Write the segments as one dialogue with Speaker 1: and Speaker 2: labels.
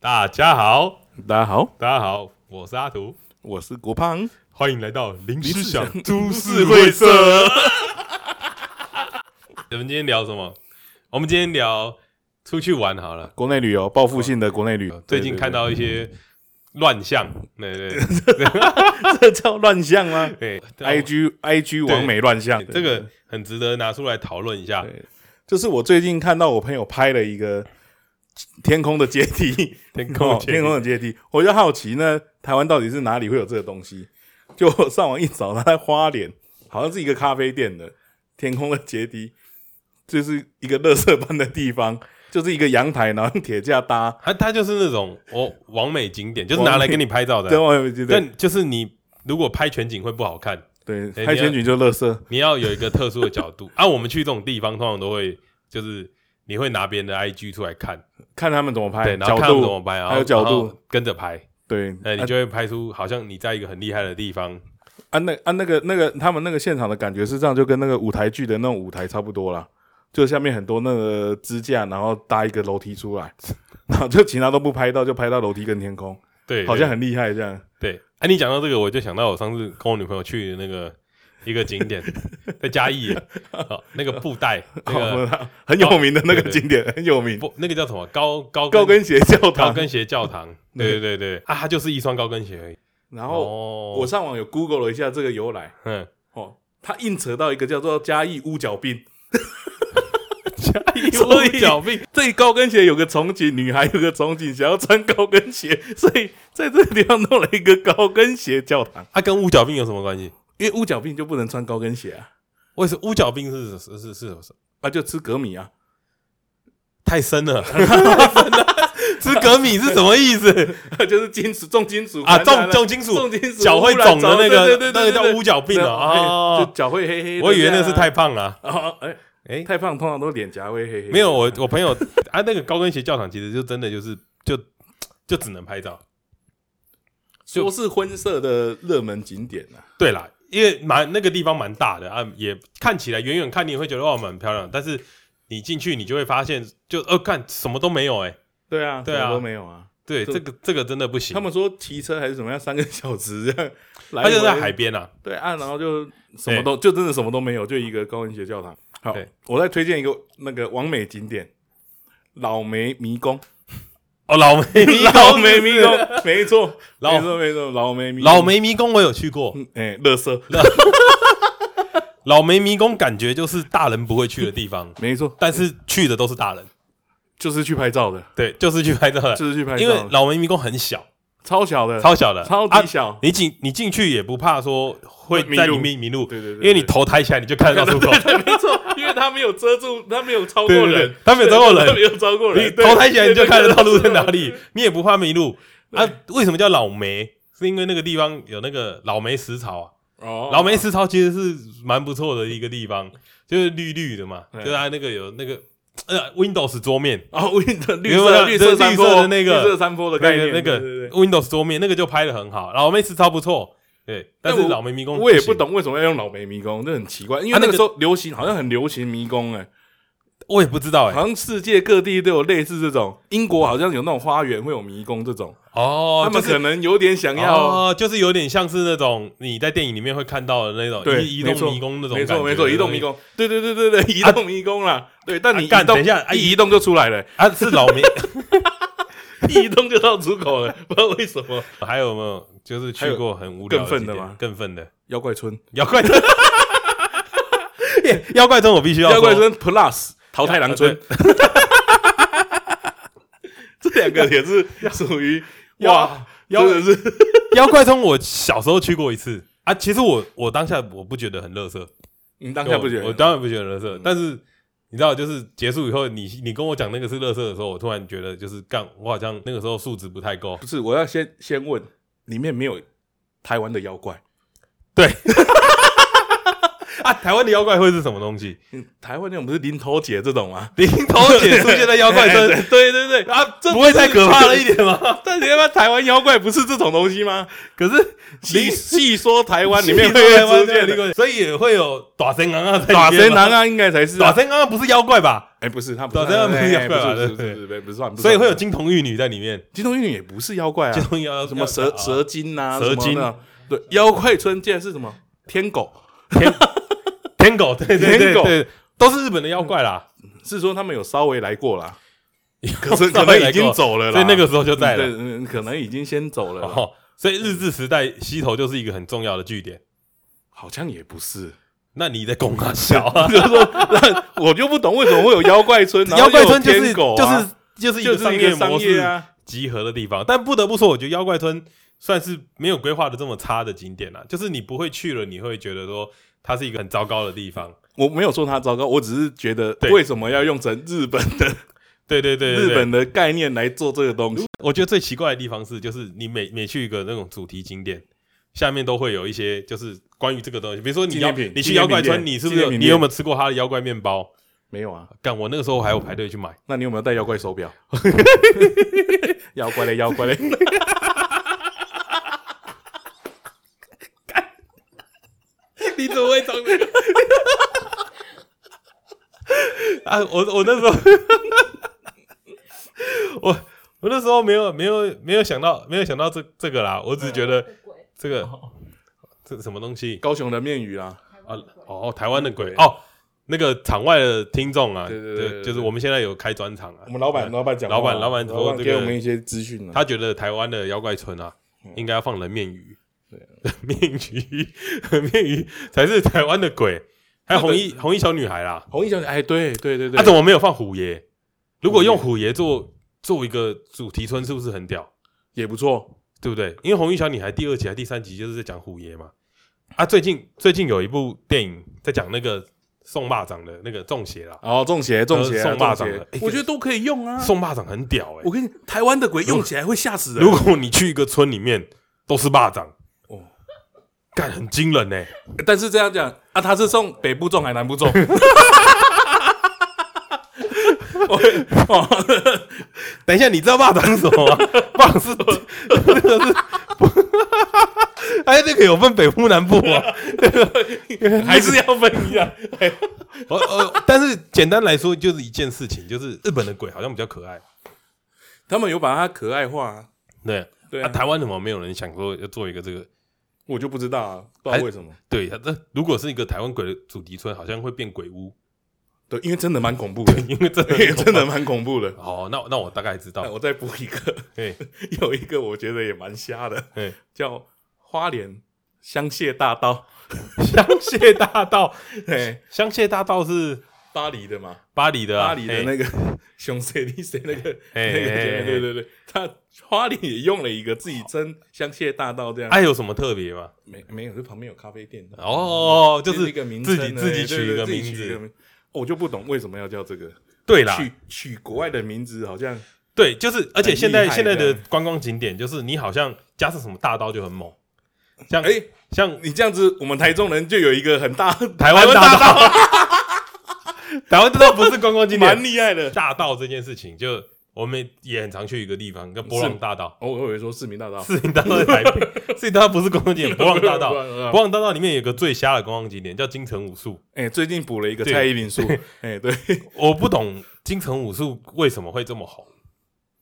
Speaker 1: 大家好，
Speaker 2: 大家好，
Speaker 1: 大家好，我是阿图，
Speaker 2: 我是国胖。
Speaker 1: 欢迎来到林
Speaker 2: 林
Speaker 1: 思
Speaker 2: 思
Speaker 1: 想
Speaker 2: 想
Speaker 1: 都市会社。 我们今天聊什么？我们今天聊出去玩好了。
Speaker 2: 国内旅游报复性的国内旅游，
Speaker 1: 最近看到一些乱象，对对对
Speaker 2: 这叫乱象吗
Speaker 1: 对
Speaker 2: ？IG IG 完美乱象，
Speaker 1: 这个很值得拿出来讨论一下。
Speaker 2: 对就是我最近看到我朋友拍了一个天空的阶梯，
Speaker 1: 天 空
Speaker 2: 哦天空的阶梯，我就好奇呢，台湾到底是哪里会有这个东西？就我上网一找，它在花莲，好像是一个咖啡店的天空的阶梯，就是一个垃圾般的地方，就是一个阳台，然后用铁架搭，
Speaker 1: 它它啊就是那种哦，完美景点，就是拿来给你拍 照
Speaker 2: 对，
Speaker 1: 的。
Speaker 2: 我也觉得
Speaker 1: 但就是你如果拍全景会不好看，
Speaker 2: 对，
Speaker 1: 对
Speaker 2: 拍选举就垃圾。
Speaker 1: 你要有一个特殊的角 度啊。我们去这种地方，通常都会就是你会拿别人的 IG 出来看，
Speaker 2: 看他们怎么拍，
Speaker 1: 对，然
Speaker 2: 角
Speaker 1: 后看他们怎么
Speaker 2: 度，
Speaker 1: 拍，然后
Speaker 2: 还有角度，
Speaker 1: 然后跟着拍，
Speaker 2: 对，
Speaker 1: 哎，你
Speaker 2: 啊
Speaker 1: 就会拍出好像你在一个很厉害的地方。
Speaker 2: 啊那啊那个那个他们那个现场的感觉是这样，就跟那个舞台剧的那种舞台差不多啦，就下面很多那个支架，然后搭一个楼梯出来， 然后就其他都不拍到，就拍到楼梯跟天空，
Speaker 1: 对，
Speaker 2: 好像
Speaker 1: 对
Speaker 2: 很厉害这样。
Speaker 1: 对。哎，你讲到这个，我就想到我上次跟我女朋友去那个一个景 点，在嘉义，哦那个布袋，那 个
Speaker 2: 哦很有名的那
Speaker 1: 对
Speaker 2: 个
Speaker 1: 对
Speaker 2: 景点，很有名，
Speaker 1: 不，那个叫什么高高
Speaker 2: 高跟鞋教
Speaker 1: 高
Speaker 2: 堂。
Speaker 1: 跟鞋教 堂。对对对对，啊，它就是一双高跟鞋而已。
Speaker 2: 然后
Speaker 1: 哦，
Speaker 2: 我上网有 Google 了一下这个由来，
Speaker 1: 嗯，
Speaker 2: 哦，它硬扯到一个叫做嘉义乌脚病。
Speaker 1: 所以脚病。
Speaker 2: 对高跟鞋有个憧憬，女孩有个憧憬，想要穿高跟鞋， 所以在这个地方弄了一个高跟鞋教堂。
Speaker 1: 它、啊跟乌脚病有什么关系？
Speaker 2: 因为乌脚病就不能穿高跟鞋啊，
Speaker 1: 为什么乌脚病是是是是是
Speaker 2: 啊就吃镉米啊，
Speaker 1: 太深了？太深了， 吃镉米是什么意思
Speaker 2: 就是金属重金属
Speaker 1: 啊？
Speaker 2: 反正
Speaker 1: 重重金属
Speaker 2: 重金 属
Speaker 1: 脚会
Speaker 2: 污染
Speaker 1: 肿的那
Speaker 2: 对
Speaker 1: 个
Speaker 2: 对对对，
Speaker 1: 那个
Speaker 2: 对
Speaker 1: 叫乌脚病
Speaker 2: 对
Speaker 1: 了
Speaker 2: 哎就
Speaker 1: 哦。
Speaker 2: 脚会黑黑的这样啊。
Speaker 1: 我以为那是太胖了。
Speaker 2: 哦哎
Speaker 1: 哎
Speaker 2: 太胖，通常都脸颊会黑黑。
Speaker 1: 没有，我我朋友 啊，那个高跟鞋教堂其实就真的就是就就只能拍照。就
Speaker 2: 说是婚色的热门景点啊，
Speaker 1: 对啦，因为蛮那个地方蛮大的啊，也看起来远远看你会觉得哇蛮漂亮，但是你进去你就会发现就呃看什么都没有哎、
Speaker 2: 对啊，
Speaker 1: 对啊
Speaker 2: 什么都没有啊。
Speaker 1: 对，
Speaker 2: 这
Speaker 1: 这个这个真的不行。
Speaker 2: 他们说骑车还是怎么样，三个小时这样，
Speaker 1: 他就
Speaker 2: 来
Speaker 1: 在
Speaker 2: 回
Speaker 1: 海边啊，
Speaker 2: 对啊，然后就什么都、就真的什么都没有，就一个高跟鞋教堂。好
Speaker 1: 对，
Speaker 2: 我再推荐一个那个完美景点——老梅迷宫。
Speaker 1: 哦，老梅迷宫
Speaker 2: 老梅迷宫，没错，
Speaker 1: 老
Speaker 2: 没错没错，老梅迷 宫
Speaker 1: 老，梅迷宫我有去过，
Speaker 2: 嗯哎，乐色，，
Speaker 1: 老梅迷宫感觉就是大人不会去的地方
Speaker 2: 没错，
Speaker 1: 但是去的都是大人，
Speaker 2: 就是去拍照的，
Speaker 1: 对，就是去拍照的，
Speaker 2: 就是去拍
Speaker 1: 因为
Speaker 2: 照的，
Speaker 1: 老梅迷宫很小，
Speaker 2: 超小的，
Speaker 1: 超小的，
Speaker 2: 超
Speaker 1: 啊
Speaker 2: 级小，
Speaker 1: 你进你进去也不怕说会
Speaker 2: 会迷
Speaker 1: 在
Speaker 2: 路
Speaker 1: 里面迷路，
Speaker 2: 对对对
Speaker 1: 因
Speaker 2: 对
Speaker 1: 为你头抬起来你就看得到出口，
Speaker 2: 对，没错，因为它没有遮住，它没有超过
Speaker 1: 对对对
Speaker 2: 人，
Speaker 1: 它没有超过人
Speaker 2: 它没有超过
Speaker 1: 你
Speaker 2: 人，
Speaker 1: 头抬起来你就看得到路在哪
Speaker 2: 里。
Speaker 1: 里，你也不怕迷路啊？为什么叫老梅？是因为那个地方有那个老梅石槽啊，
Speaker 2: 哦，
Speaker 1: 老梅石槽其实是蛮不错的一个地方，就是绿绿的嘛，
Speaker 2: 对
Speaker 1: 就是它那个有那个呃 Windows 桌面，
Speaker 2: 哦，我跟你说绿
Speaker 1: 有没有
Speaker 2: 色绿色
Speaker 1: 绿色
Speaker 2: 山坡
Speaker 1: 的那个
Speaker 2: 绿色山坡的概
Speaker 1: 那个
Speaker 2: 念，
Speaker 1: 那
Speaker 2: 对对对
Speaker 1: 个 Windows 桌面那个就拍的很好，老梅石槽不错，对，但
Speaker 2: 但
Speaker 1: 是
Speaker 2: 我
Speaker 1: 老梅迷宫
Speaker 2: 我也
Speaker 1: 不
Speaker 2: 不
Speaker 1: 行，
Speaker 2: 懂为什么要用老梅迷宫，这很奇怪，因
Speaker 1: 啊那
Speaker 2: 为那
Speaker 1: 个
Speaker 2: 个时候流行，好像很流行迷宫，哎，
Speaker 1: 我也不知道哎、
Speaker 2: 好像世界各地都有类似这种。英国好像有那种花园会有迷宫这种，
Speaker 1: 哦
Speaker 2: 他，们
Speaker 1: 就是
Speaker 2: 可能有点想要，
Speaker 1: 哦，就是有点像是那种你在电影里面会看到的那种
Speaker 2: 对
Speaker 1: 移移
Speaker 2: 没错
Speaker 1: 动迷宫那种
Speaker 2: 没
Speaker 1: 感
Speaker 2: 错
Speaker 1: 觉
Speaker 2: 没错，
Speaker 1: 对
Speaker 2: 移动迷宫，对对对对对， 移动迷宫啦，对，但你
Speaker 1: 啊干
Speaker 2: 移动
Speaker 1: 等一下啊
Speaker 2: 一移动就出来了，
Speaker 1: 啊，是老梅，
Speaker 2: 一移动就到出口了， 不知道为什么。
Speaker 1: 还有没有就是去过很无聊
Speaker 2: 还有更
Speaker 1: 景
Speaker 2: 愤的
Speaker 1: 点
Speaker 2: 吗
Speaker 1: 更愤的
Speaker 2: 妖怪村，
Speaker 1: 妖怪村， 妖怪村我必须要
Speaker 2: 妖怪
Speaker 1: 说
Speaker 2: 村啊 Plus 桃太郎村， 这两个也是属 于哇，
Speaker 1: 妖
Speaker 2: 真的是
Speaker 1: 妖怪村我小时候去过一次啊，其实我我当下我不觉得很乐色，
Speaker 2: 你当下不觉
Speaker 1: 我我
Speaker 2: 得？嗯
Speaker 1: 当然不觉得乐色，但是你知道，就是结束以后，你你跟我讲那个是乐色的时候，我突然觉得就是干，我好像那个时候素质不太够
Speaker 2: 不，是，我要先先问，里面没有台湾的妖怪，
Speaker 1: 对。 啊，台湾的妖怪会是什么东西？
Speaker 2: 嗯台湾那种不是林头姐这种吗？
Speaker 1: 林头姐出现在妖怪村
Speaker 2: 对对对，
Speaker 1: 啊，不会太可怕了一点 吗？
Speaker 2: 但你他妈台湾妖怪不是这种东西吗？可是细细说台湾里面
Speaker 1: 会
Speaker 2: 会出现的，
Speaker 1: 所以也会有打神昂啊在里面吗，
Speaker 2: 打神狼啊，应该才是啊
Speaker 1: 打神昂啊不是妖怪吧？
Speaker 2: 哎，不是，他不是，
Speaker 1: 对这样不是
Speaker 2: 哎
Speaker 1: 妖怪吧
Speaker 2: 不是不
Speaker 1: 对
Speaker 2: 是不是不是算，
Speaker 1: 所以会有金
Speaker 2: 金
Speaker 1: 童玉女在里面，
Speaker 2: 金童玉女也不是妖怪
Speaker 1: 金
Speaker 2: 啊，
Speaker 1: 童要
Speaker 2: 什么蛇蛇精呐，
Speaker 1: 蛇
Speaker 2: 什么
Speaker 1: 精
Speaker 2: 的，对，妖怪村竟然是什么天狗？
Speaker 1: 天狗，对对对
Speaker 2: 天狗
Speaker 1: 对，都是日本的妖怪啦，
Speaker 2: 是说他们有稍微来过啦， 可是可能已经走了啦，
Speaker 1: 所以那个时候就在
Speaker 2: 对，
Speaker 1: 了。
Speaker 2: 嗯可能已经先走了啦，
Speaker 1: 哦，所以日治时代西头就是一个很重要的据点。
Speaker 2: 好像也不是。
Speaker 1: 那你在拱啊小啊，
Speaker 2: 就是说， 那我就不懂为什么会有妖怪村，然 后
Speaker 1: 妖怪村
Speaker 2: 又
Speaker 1: 就
Speaker 2: 有
Speaker 1: 是
Speaker 2: 天狗
Speaker 1: 就
Speaker 2: 啊
Speaker 1: 是就是一
Speaker 2: 就
Speaker 1: 个
Speaker 2: 是
Speaker 1: 商
Speaker 2: 一个
Speaker 1: 模
Speaker 2: 商
Speaker 1: 式
Speaker 2: 业啊，
Speaker 1: 集合的地方。但不得不说，我觉得妖怪村算是没有规划的这么差的景点啦、啊就是你不会去了，你会觉得说它是一个很糟糕的地方。
Speaker 2: 我没有说它糟糕，我只是觉得
Speaker 1: 对
Speaker 2: 为什么要用成日本的
Speaker 1: 对对对对
Speaker 2: 日
Speaker 1: 对
Speaker 2: 本的概念来做这个 东西？
Speaker 1: 我觉得最奇怪的地方是，就是你每每去一个那种主题景点，下面都会有一些就是关于这个东西，比如说你
Speaker 2: 纪
Speaker 1: 要
Speaker 2: 念品
Speaker 1: 你
Speaker 2: 纪
Speaker 1: 去
Speaker 2: 念
Speaker 1: 妖怪
Speaker 2: 品
Speaker 1: 村，
Speaker 2: 店
Speaker 1: 你是不是有
Speaker 2: 纪念品
Speaker 1: 你有没有吃过他的妖怪面包？
Speaker 2: 没有啊，
Speaker 1: 干，我那个时候还有排队去买，
Speaker 2: 那你有没有戴妖怪 手表？妖怪嘞，妖怪嘞！
Speaker 1: 你怎么会装这个？ 啊，我我那时候我我那时候没有没有没有想到没有想到这这个啦，我只是觉得
Speaker 3: 鬼，
Speaker 1: 这个这什么东西
Speaker 2: 高雄的面鱼啦，
Speaker 3: 台
Speaker 1: 啊
Speaker 3: 湾的鬼，
Speaker 1: 哦，台湾的鬼哦，那个场外的听众啊，
Speaker 2: 对对对对对
Speaker 1: 就是我们现在有开专场啊，
Speaker 2: 我们老板，
Speaker 1: 对
Speaker 2: 老板讲话，
Speaker 1: 老板老板说这
Speaker 2: 给
Speaker 1: 个
Speaker 2: 我们一些资讯啊。
Speaker 1: 他觉得台湾的妖怪村啊，应该要放人面鱼，
Speaker 2: 嗯对，啊
Speaker 1: 面鱼面鱼才是台湾的鬼，还有红衣红衣小女孩啦，
Speaker 2: 红衣小姐，哎，对对对对，
Speaker 1: 他啊怎么没有放虎爷？如果用虎爷做做一个主题村，是不是很屌？
Speaker 2: 也不错，
Speaker 1: 对不对？因为红衣小女孩第二集还第三集就是在讲虎爷嘛。啊，最近最近有一部电影在讲那个送蚂蚱的那个中邪啦，
Speaker 2: 然后中邪中邪啊
Speaker 1: 送
Speaker 2: 中
Speaker 1: 霸掌
Speaker 2: 邪
Speaker 1: 了哎
Speaker 2: 我觉得都可以用啊。
Speaker 1: 送蚂蚱很屌哎、
Speaker 2: 我跟你，台湾的鬼用起来会吓死人。
Speaker 1: 如果你去一个村里面都是蚂蚱，
Speaker 2: 哦
Speaker 1: 干很惊人欸呢、
Speaker 2: 但是这样讲啊，他是送北部中还南部 中？哦，
Speaker 1: 等一下，你知道蚂蚱是什 么吗？蚂蚱是那个是。 哎，那个有分北部南部啊，
Speaker 2: 还是要分一下。
Speaker 1: 呃呃，但是简单来说就是一件事情，就是日本的鬼好像比较可爱，
Speaker 2: 他们有把它可爱化啊，
Speaker 1: 对，
Speaker 2: 对
Speaker 1: 那、
Speaker 2: 啊，
Speaker 1: 台湾怎么没有人想说要做一个这个？
Speaker 2: 我就不知道啊，不知道为什么。
Speaker 1: 对，那如果是一个台湾鬼的主题村，好像会变鬼屋，
Speaker 2: 对，因为真的蛮恐怖的，
Speaker 1: 因为真的
Speaker 2: 因为真的蛮恐怖的。
Speaker 1: 哦，那那我大概知道
Speaker 2: 那，我再补一个，
Speaker 1: 对，
Speaker 2: 有一个我觉得也蛮瞎的，
Speaker 1: 对，
Speaker 2: 叫花莲香榭大道，
Speaker 1: 香榭大道，
Speaker 2: 嘿，
Speaker 1: 香榭大道是
Speaker 2: 巴黎的嘛，
Speaker 1: 巴黎的啊、
Speaker 2: 巴黎的
Speaker 1: 嘿
Speaker 2: 那个熊谁丽谁那个
Speaker 1: 哎
Speaker 2: 那个
Speaker 1: 哎哎
Speaker 2: 街，
Speaker 1: 哎
Speaker 2: 对对对，他花莲也用了一个自己称香榭大道这样，
Speaker 1: 哎，有什么特别吗？
Speaker 2: 没没有，就旁边有咖啡店的，
Speaker 1: 哦，就
Speaker 2: 就是
Speaker 1: 是
Speaker 2: 一个名
Speaker 1: 自
Speaker 2: 称而
Speaker 1: 己
Speaker 2: 已，
Speaker 1: 自己
Speaker 2: 对
Speaker 1: 取一
Speaker 2: 对
Speaker 1: 个
Speaker 2: 自己
Speaker 1: 名
Speaker 2: 一个
Speaker 1: 字，
Speaker 2: 名哦我就不懂为什么要叫这个，
Speaker 1: 对啦，
Speaker 2: 取取国外的名字好像
Speaker 1: 对，就是而且
Speaker 2: 很
Speaker 1: 现
Speaker 2: 厉
Speaker 1: 在
Speaker 2: 害
Speaker 1: 现在
Speaker 2: 这
Speaker 1: 的
Speaker 2: 样
Speaker 1: 观光景点就是你好像加上什么大刀就很猛，像
Speaker 2: 哎，
Speaker 1: 像
Speaker 2: 你这样子，我们台中人就有一个很大
Speaker 1: 台湾大
Speaker 2: 大
Speaker 1: 道， 台湾大道不是观光景
Speaker 2: 蛮
Speaker 1: 点，
Speaker 2: 厉害的。
Speaker 1: 大道这件事情就我们也很常去一个地方叫波浪大道。
Speaker 2: 哦，我以为说市民大道，
Speaker 1: 四零大道在台 北，四零大道不是观光景点，波浪大道
Speaker 2: 波浪大，道
Speaker 1: 波浪大道里面有个最瞎的观光景点叫金城武术，
Speaker 2: 哎，最近补了一个
Speaker 1: 对
Speaker 2: 蔡依林树，哎，对，
Speaker 1: 我不懂金城武术为什么会这么红，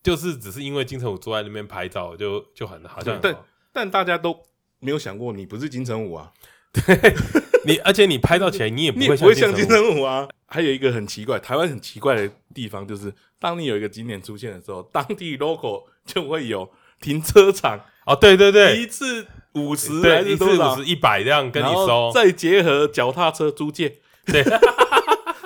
Speaker 1: 就是只是因为金城武坐在那边拍照就就很好像很
Speaker 2: 但
Speaker 1: 好
Speaker 2: 但大家都没有想过，你不是金城武啊，
Speaker 1: 你，而且你拍照起来你也不
Speaker 2: 你也
Speaker 1: 会
Speaker 2: 不会像
Speaker 1: 像
Speaker 2: 金
Speaker 1: 武
Speaker 2: 城武啊。还有一个很奇怪，台湾很奇怪的地方就是，当你有一个景点出现的时候，当地 logo 就会有停车场，
Speaker 1: 哦，对对对，
Speaker 2: 一次五十还
Speaker 1: 对
Speaker 2: 是
Speaker 1: 一次
Speaker 2: 多
Speaker 1: 五
Speaker 2: 少
Speaker 1: 十，一百这样跟你
Speaker 2: 然后
Speaker 1: 收，
Speaker 2: 再结合脚踏车租借，
Speaker 1: 对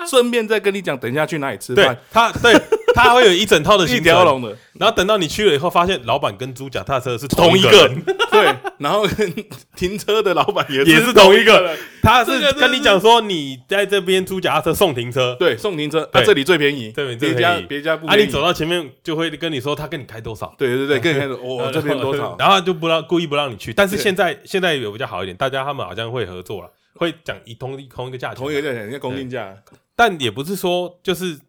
Speaker 2: 顺便再跟你讲，等一下去哪里吃
Speaker 1: 对
Speaker 2: 饭，
Speaker 1: 他 对他会有一整套的
Speaker 2: 一
Speaker 1: 行
Speaker 2: 条
Speaker 1: 程，
Speaker 2: 龙的。
Speaker 1: 然后等到你去了以后，发现老板跟猪脚踏车是一
Speaker 2: 同一个
Speaker 1: 人，
Speaker 2: 对，然后 停车的老板也
Speaker 1: 也是同一个
Speaker 2: 人，
Speaker 1: 他
Speaker 2: 这个
Speaker 1: 是跟
Speaker 2: 真
Speaker 1: 你
Speaker 2: 的是
Speaker 1: 讲说你在这边租脚踏车送停车，
Speaker 2: 对，送停车，
Speaker 1: 对
Speaker 2: 啊，这里最便宜，
Speaker 1: 这边
Speaker 2: 别
Speaker 1: 这
Speaker 2: 家
Speaker 1: 便宜
Speaker 2: 别家不
Speaker 1: 啊，
Speaker 2: 便宜，
Speaker 1: 你走到前面就会跟你说他跟你开多少。
Speaker 2: 对对对，跟你开始，我这边多少，
Speaker 1: 然后就不让故意不让你去。但是
Speaker 2: 对
Speaker 1: 现在现在有比较好一点，大家他们好像会合作了，会讲一同一 同一个价钱，啊
Speaker 2: 同一个价钱，人家公定价
Speaker 1: 但也不是说就是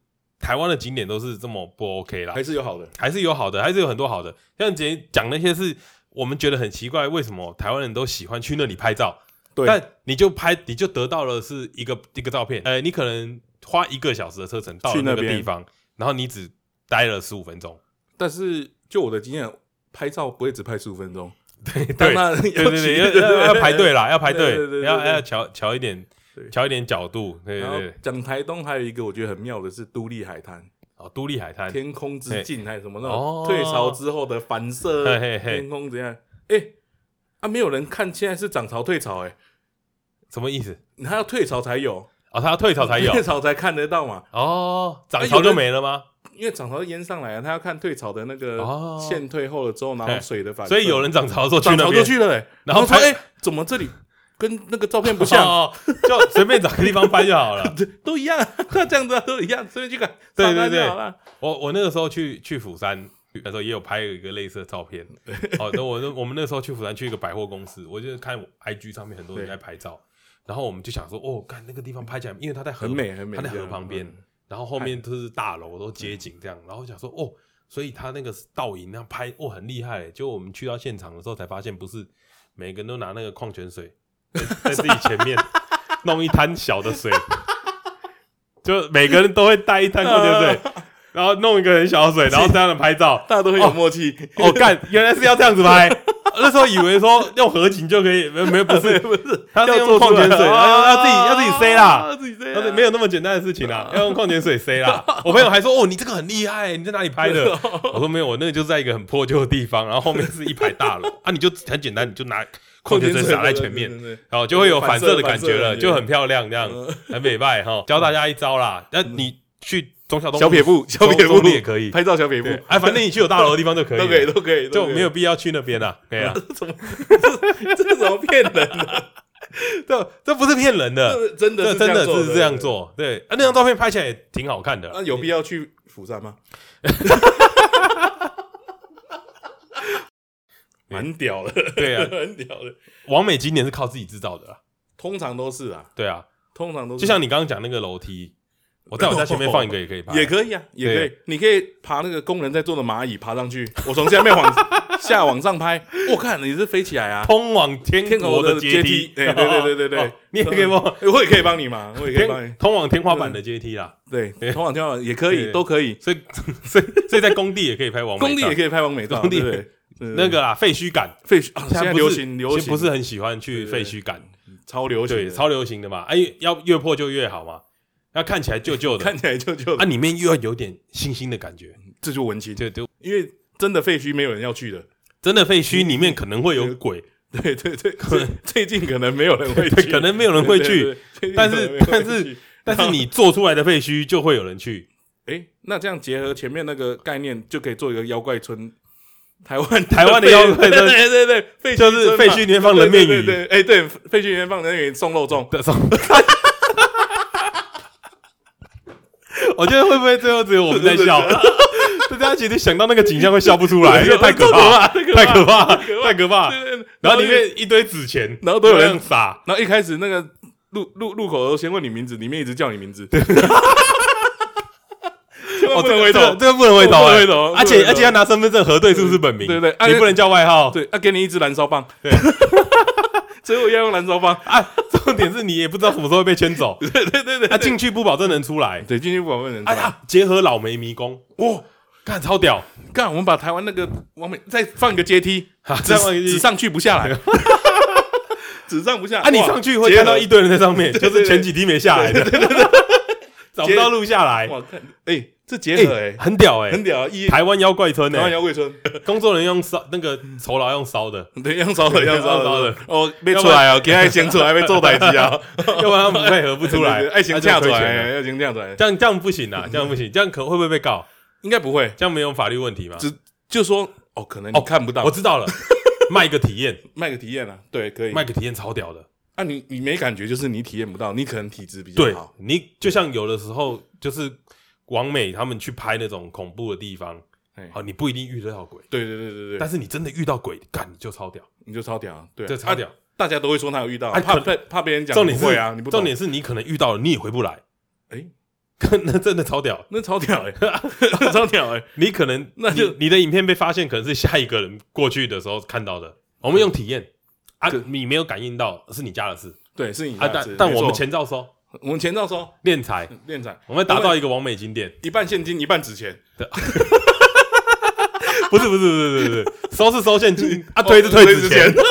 Speaker 1: 台湾的景点都是这么不 OK 啦
Speaker 2: 还，是有好的，
Speaker 1: 还是有好的，还是有很多好的。像姐讲那些是我们觉得很奇怪，为什么台湾人都喜欢去那里拍照？
Speaker 2: 对
Speaker 1: 但你就拍，你就得到了是一个一个照片，呃，你可能花一个小时的车程到了
Speaker 2: 去那
Speaker 1: 个
Speaker 2: 边
Speaker 1: 地方，然后你只待了十五分钟，
Speaker 2: 但是就我的经验，拍照不会只拍十五分钟，
Speaker 1: 对
Speaker 2: 当
Speaker 1: 对
Speaker 2: 然
Speaker 1: 对
Speaker 2: 要
Speaker 1: 对
Speaker 2: 去
Speaker 1: 对，要要要排队。啦，要排
Speaker 2: 对对对
Speaker 1: 队，
Speaker 2: 对
Speaker 1: 要
Speaker 2: 对
Speaker 1: 要瞧瞧一点
Speaker 2: 对
Speaker 1: 瞧一点角度，对
Speaker 2: 然
Speaker 1: 对
Speaker 2: 后
Speaker 1: 对，
Speaker 2: 讲台东还有一个我觉得很妙的是都立海滩、
Speaker 1: 哦，都立海滩，
Speaker 2: 天空之镜，还有什么那
Speaker 1: 哦
Speaker 2: 种退潮之后的反射，
Speaker 1: 嘿嘿嘿
Speaker 2: 天空怎样？哎、啊，没有人看，现在是涨潮退潮、哎，
Speaker 1: 什么意思？
Speaker 2: 你还要退潮才有，
Speaker 1: 哦，他要退潮才 有
Speaker 2: 退潮才看得到嘛。
Speaker 1: 哦，涨
Speaker 2: 哎
Speaker 1: 潮
Speaker 2: 有的
Speaker 1: 就没了吗？
Speaker 2: 因为涨潮淹上来了，他要看退潮的那个
Speaker 1: 哦
Speaker 2: 线退后了之后，然
Speaker 1: 嘿
Speaker 2: 后水的反射，
Speaker 1: 所以有人涨潮的时候去
Speaker 2: 啊涨
Speaker 1: 那
Speaker 2: 潮就
Speaker 1: 边，
Speaker 2: 去了、哎
Speaker 1: 然后
Speaker 2: 说：“
Speaker 1: 拍
Speaker 2: 哎、怎么这里跟那个照片不像？
Speaker 1: 哦，就随便找个地方拍就好了。
Speaker 2: 对 都一样，那这样子啊都一样，随便去看，
Speaker 1: 对
Speaker 2: 上班
Speaker 1: 对对
Speaker 2: 就好了。
Speaker 1: 我我那个时候去去釜山那时候也有拍一个类似的照片。哦，那我那我们那时候去釜山去一个百货公司，我就看我 IG 上面很多人
Speaker 2: 对
Speaker 1: 在拍照，然后我们就想说，哦，看那个地方拍起来，因为它在河
Speaker 2: 很美很美
Speaker 1: 它在
Speaker 2: 这
Speaker 1: 河
Speaker 2: 样
Speaker 1: 旁边
Speaker 2: 嗯，
Speaker 1: 然后后面都是大楼都街景这样，然后想说，哦，所以它那个倒影那样拍，哦，很厉害。就我们去到现场的时候才发现，不是每个人都拿那个矿泉水在在自己前 面弄一滩小的水，就每个人都会带一滩矿泉 水，然后弄一个很小的水，然后这样的拍照。
Speaker 2: 大家都很有默契。
Speaker 1: 哦，干，原来是要这样子拍。那时候以为说用合景就可以，没没有不是，
Speaker 2: 不是，
Speaker 1: 他是
Speaker 2: 要
Speaker 1: 用
Speaker 2: 做
Speaker 1: 矿
Speaker 2: 出来
Speaker 1: 泉水，
Speaker 2: 啊
Speaker 1: 要要自己要自己塞啦，
Speaker 2: 啊自己塞
Speaker 1: 要
Speaker 2: 啊，
Speaker 1: 是没有那么简单的事情 啦，要用矿泉水塞啦。我朋友还说哦，你这个很厉害，你在哪里拍 的？
Speaker 2: 哦
Speaker 1: 我说没有，我那个就是在一个很破旧的地方，然后后面是一排大楼啊，你就很简单，你就拿矿泉水洒在 前面
Speaker 2: 对。对对对
Speaker 1: 然后就会有反射的感觉了，
Speaker 2: 反射的感觉嗯
Speaker 1: 就很漂亮，这样很美败哈。教大家一招啦，那你去中小东路
Speaker 2: 小撇步，小撇
Speaker 1: 中
Speaker 2: 步
Speaker 1: 立也可以
Speaker 2: 拍照小撇步
Speaker 1: 对，哎，反正你去有大楼的地方就可以了，
Speaker 2: 都可以，都可以，嗯
Speaker 1: 就
Speaker 2: 都可以
Speaker 1: 没有必要去那边啦。对 啊，
Speaker 2: 怎么这这怎么骗人的？
Speaker 1: 这这不是骗人的，
Speaker 2: 这 真 的
Speaker 1: 这
Speaker 2: 是
Speaker 1: 真的
Speaker 2: 做
Speaker 1: 是这样。做。对啊，那张照片拍起来也挺好看的
Speaker 2: 那。有必要去釜 山吗？ 蛮屌的，
Speaker 1: 对啊，
Speaker 2: 很屌的。
Speaker 1: 王美今年是靠自己制造的啦。
Speaker 2: 通常都是啊，
Speaker 1: 对啊，
Speaker 2: 通常都是
Speaker 1: 就像你刚刚讲那个楼梯，我在我家前面放一个也可以拍，
Speaker 2: 也可以啊，也可以
Speaker 1: 对。
Speaker 2: 你可以爬那个工人在做的蚂蚁爬上去， 我从下面往下往上拍，我看你是飞起来啊！
Speaker 1: 通往天
Speaker 2: 天
Speaker 1: 国
Speaker 2: 国
Speaker 1: 的
Speaker 2: 的
Speaker 1: 阶
Speaker 2: 阶
Speaker 1: 梯
Speaker 2: 梯。对对对对对对
Speaker 1: 哦你也可以帮
Speaker 2: 诶我也可以帮你嘛，我也可以帮你
Speaker 1: 天。通往天花板的阶梯啦。
Speaker 2: 对
Speaker 1: 对，
Speaker 2: 通往天花板也可
Speaker 1: 对
Speaker 2: 以，都可以。
Speaker 1: 所以所以所以在工地也可以拍王美照，
Speaker 2: 工地也可以拍完美照，
Speaker 1: 工地
Speaker 2: 对对对对
Speaker 1: 那个啦废墟感，
Speaker 2: 废墟啊现在
Speaker 1: 不是
Speaker 2: 流行流
Speaker 1: 其实
Speaker 2: 行
Speaker 1: 不是很喜欢去
Speaker 2: 对对
Speaker 1: 废
Speaker 2: 对
Speaker 1: 墟感，
Speaker 2: 超流行的，
Speaker 1: 对，超流行的嘛，哎，要越破旧越好嘛，要看起来旧旧的，
Speaker 2: 看起来就就
Speaker 1: 啊，里面又要有点新兴的感觉，
Speaker 2: 这就文青，
Speaker 1: 对对，
Speaker 2: 因为真的废墟没有人要去的。
Speaker 1: 真的废墟里面可能会有鬼，
Speaker 2: 对对对，最最近可能没有人会
Speaker 1: 对，
Speaker 2: 去，
Speaker 1: 可能没有人会
Speaker 2: 对
Speaker 1: 去，，
Speaker 2: 对对最近
Speaker 1: 但是
Speaker 2: 可能没有人
Speaker 1: 但
Speaker 2: 会
Speaker 1: 是
Speaker 2: 去
Speaker 1: 但是你做出来的废墟就会有人去，
Speaker 2: 哎，那这样结合前面那个概念，就可以做一个妖怪村。台湾
Speaker 1: 台湾的妖怪村
Speaker 2: 对对对，废墟
Speaker 1: 就是
Speaker 2: 村嘛
Speaker 1: 废墟里面放人面鱼
Speaker 2: 对对，对哎对，废墟里面放人面鱼送肉粽，
Speaker 1: 对， 我觉得会不会最后只有我们在笑？ 大家其实想到那个景象会笑不出 来，因为太可怕了，太可怕了，太可怕了。
Speaker 2: 对对对
Speaker 1: 啊然后里面一堆纸钱，
Speaker 2: 然后都有人
Speaker 1: 人撒，
Speaker 2: 然后一开始那个路路路口都先问你名字，里面一直叫你名字， 对，千万
Speaker 1: 哦，
Speaker 2: 不
Speaker 1: 这
Speaker 2: 能
Speaker 1: 个
Speaker 2: 回
Speaker 1: 这
Speaker 2: 头
Speaker 1: 个，这个不能回头，
Speaker 2: 不能
Speaker 1: 哎
Speaker 2: 回头
Speaker 1: 而
Speaker 2: 不能
Speaker 1: 且
Speaker 2: 回头
Speaker 1: 而且要拿身份证核对是不是本名，
Speaker 2: 对对啊
Speaker 1: 你不能叫外号，
Speaker 2: 对，啊要给你一支燃烧棒，
Speaker 1: 对，
Speaker 2: 所以我要用燃 烧棒，
Speaker 1: 啊，重点是你也不知道什么时候会被牵走，
Speaker 2: 对对对对，
Speaker 1: 啊，进去不保证能出来，
Speaker 2: 对，进去不管问人，
Speaker 1: 哎呀，结合老梅迷宫，
Speaker 2: 哇，
Speaker 1: 干超 屌，
Speaker 2: 干，我们把台湾那个完美再放一个阶梯，
Speaker 1: 再放一个阶梯
Speaker 2: 只只上去不下来， 只上不下，
Speaker 1: 啊，你
Speaker 2: 哇
Speaker 1: 上去会看到一，堆人在上面，就
Speaker 2: 对对
Speaker 1: 是
Speaker 2: 对
Speaker 1: 前几梯没下来的， 找不到路下来
Speaker 2: 结合，哇，看，哎，这结合
Speaker 1: 哎
Speaker 2: 哎，，
Speaker 1: 很屌哎，
Speaker 2: 很屌啊，一
Speaker 1: 台湾妖怪村
Speaker 2: 台湾
Speaker 1: 哎，
Speaker 2: 摇 滚村，
Speaker 1: 工作人员用烧那个酬劳用烧 的，
Speaker 2: 对，样烧的，样烧
Speaker 1: 样烧
Speaker 2: 的
Speaker 1: 的，
Speaker 2: 哦，被出来
Speaker 1: 啊
Speaker 2: 哦，给爱情 出来被做代志啊，
Speaker 1: 要不然他们配合不出来啊
Speaker 2: 对，对对爱情
Speaker 1: 那就
Speaker 2: 嫁出
Speaker 1: 亏钱了
Speaker 2: 来，爱情嫁出来，
Speaker 1: 这样这样不行啊，这样不行，这样可会不会被告？
Speaker 2: 应该不会，
Speaker 1: 这样没有法律问题吗？
Speaker 2: 只就说哦，可能你
Speaker 1: 哦
Speaker 2: 看不到
Speaker 1: 我，知 道了，卖个体验，
Speaker 2: 卖个体验啊，对，可以，
Speaker 1: 卖个体验超屌的。
Speaker 2: 啊，你你没感觉就是你体验不到，你可能体质比较
Speaker 1: 对
Speaker 2: 好，
Speaker 1: 你就像有的时候就是王美他们去拍那种恐怖的地方，
Speaker 2: 哎
Speaker 1: 好，你不一定遇得到鬼，
Speaker 2: 对对对对对，
Speaker 1: 但是你真的遇到鬼，干你就超屌，
Speaker 2: 你就超屌啊，对啊，
Speaker 1: 这超屌
Speaker 2: 啊。。大家都会说他有遇到，啊
Speaker 1: 哎
Speaker 2: 怕
Speaker 1: 可
Speaker 2: 怕怕别人讲
Speaker 1: 重点
Speaker 2: 不会
Speaker 1: 是
Speaker 2: 啊，你不懂
Speaker 1: 重点是你可能遇到了，你也回不来。
Speaker 2: 哎，
Speaker 1: 那真的超屌！
Speaker 2: 那超屌哎，那超屌哎，
Speaker 1: 你可能
Speaker 2: 那就
Speaker 1: 你你的影片被发现，可能是下一个人过去的时候看到的。我们用体验啊
Speaker 2: 可，
Speaker 1: 你没有感应到是你家的事
Speaker 2: 对，是你
Speaker 1: 啊，
Speaker 2: 家
Speaker 1: 但
Speaker 2: 是
Speaker 1: 但
Speaker 2: 没
Speaker 1: 我们
Speaker 2: 错嗯
Speaker 1: 前照收，
Speaker 2: 我们钱照收，
Speaker 1: 练财，
Speaker 2: 练财
Speaker 1: 我们打造一个完美景点。
Speaker 2: 一半现金，一半纸钱，
Speaker 1: 不是不是不是不是不是，收是收现金，
Speaker 2: 嗯
Speaker 1: 啊推是推纸钱。。
Speaker 2: 哦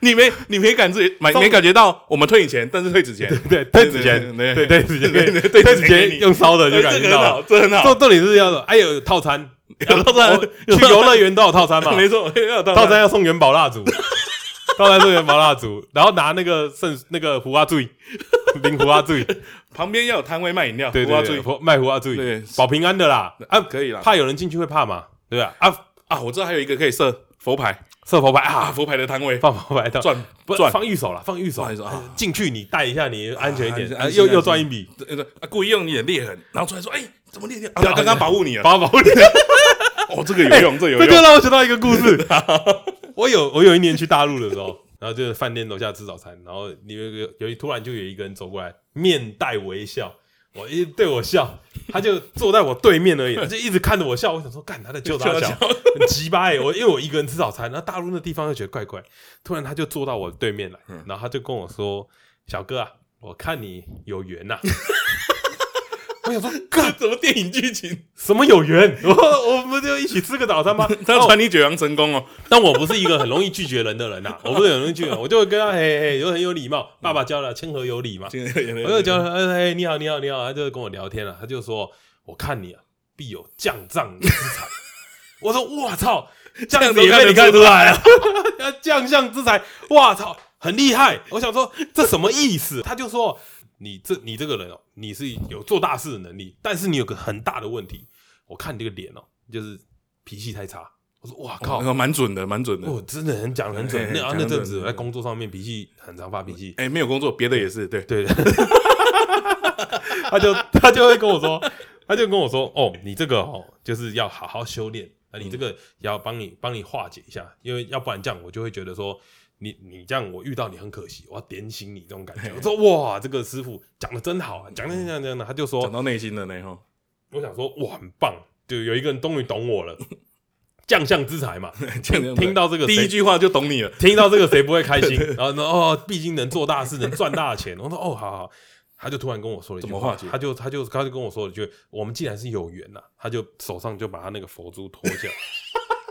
Speaker 2: 你没你没感觉没
Speaker 1: 送
Speaker 2: 没感觉到我们退你钱，但是退纸钱，
Speaker 1: 对，推纸钱，
Speaker 2: 对
Speaker 1: 对对纸钱
Speaker 2: 对对，对
Speaker 1: 推纸
Speaker 2: 对对对
Speaker 1: 钱用烧的就感
Speaker 2: 这
Speaker 1: 觉
Speaker 2: 个很
Speaker 1: 到
Speaker 2: 好，
Speaker 1: 了。
Speaker 2: 这很 好
Speaker 1: 重，重点是要的，哎有套餐，
Speaker 2: 有套餐
Speaker 1: 我去游乐园都有套餐嘛，
Speaker 2: 没错，要有套
Speaker 1: 套餐要送元宝 蜡烛，套餐送元宝蜡烛，然后拿那个剩那个胡阿醉，零胡阿 醉，
Speaker 2: 旁边要有摊位卖饮料，
Speaker 1: 对
Speaker 2: 不要
Speaker 1: 对
Speaker 2: 注
Speaker 1: 对，
Speaker 2: 意
Speaker 1: 胡卖胡阿醉
Speaker 2: 对，
Speaker 1: 保平安的啦，
Speaker 2: 啊，可以啦。
Speaker 1: 怕有人进去会怕嘛，对吧？啊，
Speaker 2: 啊，我知道还有一个可以设佛牌
Speaker 1: 射佛牌
Speaker 2: 啊，
Speaker 1: 啊，
Speaker 2: 佛牌的摊位
Speaker 1: 放佛牌的。
Speaker 2: 转
Speaker 1: 不
Speaker 2: 转
Speaker 1: 放玉手了，放玉手哎
Speaker 2: 放玉手啊，
Speaker 1: 进去你带一下，你安全一点，
Speaker 2: 安
Speaker 1: 啊
Speaker 2: 安心
Speaker 1: 又
Speaker 2: 安心
Speaker 1: 又赚一笔，
Speaker 2: 对对啊，故意用你的裂痕，然后出来说，哎，怎么裂掉？啊，
Speaker 1: 对啊
Speaker 2: 刚刚保护你了。
Speaker 1: 保保护你。
Speaker 2: 哦，这个有用，这 有
Speaker 1: 这就
Speaker 2: 用。
Speaker 1: 让我想到一个故 事。我有我有一年去大陆的时候，然后就是饭店楼下吃早餐，然后有一个有一突然就有一个人走过来，面带微笑，我一直对我笑，他就坐在我对面而已，他就一直看着我笑。我想说，干他的就大
Speaker 2: 就
Speaker 1: 笑
Speaker 2: 他，
Speaker 1: 很鸡巴欸！我因为我一个人吃早餐，然后大陆那地方就觉得怪怪，突然他就坐到我对面来，嗯然后他就跟我说：“小哥啊，我看你有缘呐、 我想说，干
Speaker 2: 怎么电影剧情？
Speaker 1: 什么有缘？ 我我们就一起吃个早餐吗？
Speaker 2: 他传你九阳神功哦，
Speaker 1: 但我不是一个很容易拒绝人的人呐、 我不是很容易拒绝人，我就会跟他嘿嘿，就很有礼貌。爸爸教了，谦和有礼嘛。我
Speaker 2: 我
Speaker 1: 就教他，哎、嘿，你好，你好，你好，他就跟我聊天了、啊他就说，我看你啊，必有将将之才。 我说，我 操，这样子也被你看出来啊 了，将相之才，哇操，很厉害。我想说，这什么意思？他就说，你这你这个人哦，你是有做大事的能力，但是你有个很大的问题，我看你这个脸哦，就是脾气太差。我说，哇靠，
Speaker 2: 靠，哦蛮准的，蛮准的。
Speaker 1: 哦，真的很讲得很准
Speaker 2: 哎。
Speaker 1: 那啊
Speaker 2: 讲得
Speaker 1: 那阵
Speaker 2: 很准
Speaker 1: 子我在
Speaker 2: 对
Speaker 1: 工作上面脾气很常发脾气，
Speaker 2: 哎，没有工作，别的也是对。
Speaker 1: 对， 他就他就会跟我说，他就跟我说，哦，你这个哦，就是要好好修炼，
Speaker 2: 嗯
Speaker 1: 那你这个也要帮你帮你化解一下，因为要不然这样我就会觉得说。你你这样我遇到你很可惜，我要点醒你这种感觉。我说哇，这个师傅讲的真好啊，讲的讲讲讲的，他就说
Speaker 2: 讲到内心的呢，吼，
Speaker 1: 我想说哇很棒，就有一个人终于懂我了， 将相之才嘛。
Speaker 2: 这 样子
Speaker 1: 听到这个
Speaker 2: 第
Speaker 1: 谁
Speaker 2: 一句话就懂你了。
Speaker 1: 听到这个谁不会开 心？然后呢，哦，毕竟能做大事，能赚大钱。我说哦，好好。他就突然跟我说了一句
Speaker 2: 怎么化
Speaker 1: 话
Speaker 2: 解，
Speaker 1: 他就他就他就跟我说了一句：“我们既然是有缘呐、他就手上就把他那个佛珠脱下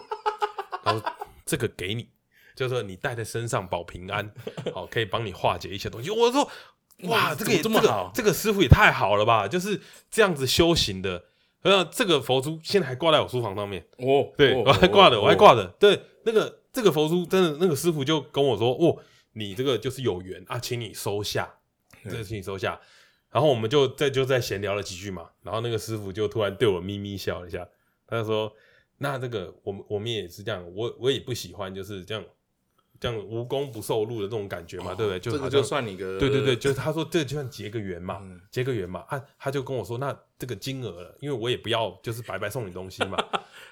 Speaker 1: 来，然后这个给你，就是说你带在身上保平安，好可以帮你化解一些东西。”我说：“哇，
Speaker 2: 哇
Speaker 1: 这个也
Speaker 2: 怎么这么好
Speaker 1: 这个，这个师傅也太好了吧！就是这样子修行的。呃，这个佛珠现在还挂在我书房上面，
Speaker 2: 哦，
Speaker 1: 对，
Speaker 2: 哦
Speaker 1: 我还挂的，
Speaker 2: 哦
Speaker 1: 我还挂的。对，那个这个佛珠真的，那个师傅就跟我说：“哦，你这个就是有缘啊，请你收下，这个请你收下。”然后我们就在就在闲聊了几句嘛，然后那个师傅就突然对我咪咪笑了一下，他就说：“那这个我们我们也是这样，我我也不喜欢就是这样这样无功不受禄的这种感觉嘛，对不对？就
Speaker 2: 哦这
Speaker 1: 好
Speaker 2: 个
Speaker 1: 像
Speaker 2: 就算你个
Speaker 1: 对对对，就是他说这就算结个缘嘛
Speaker 2: 嗯，
Speaker 1: 结个缘嘛，啊，他就跟我说那这个金额了，因为我也不要就是白白送你东西 嘛，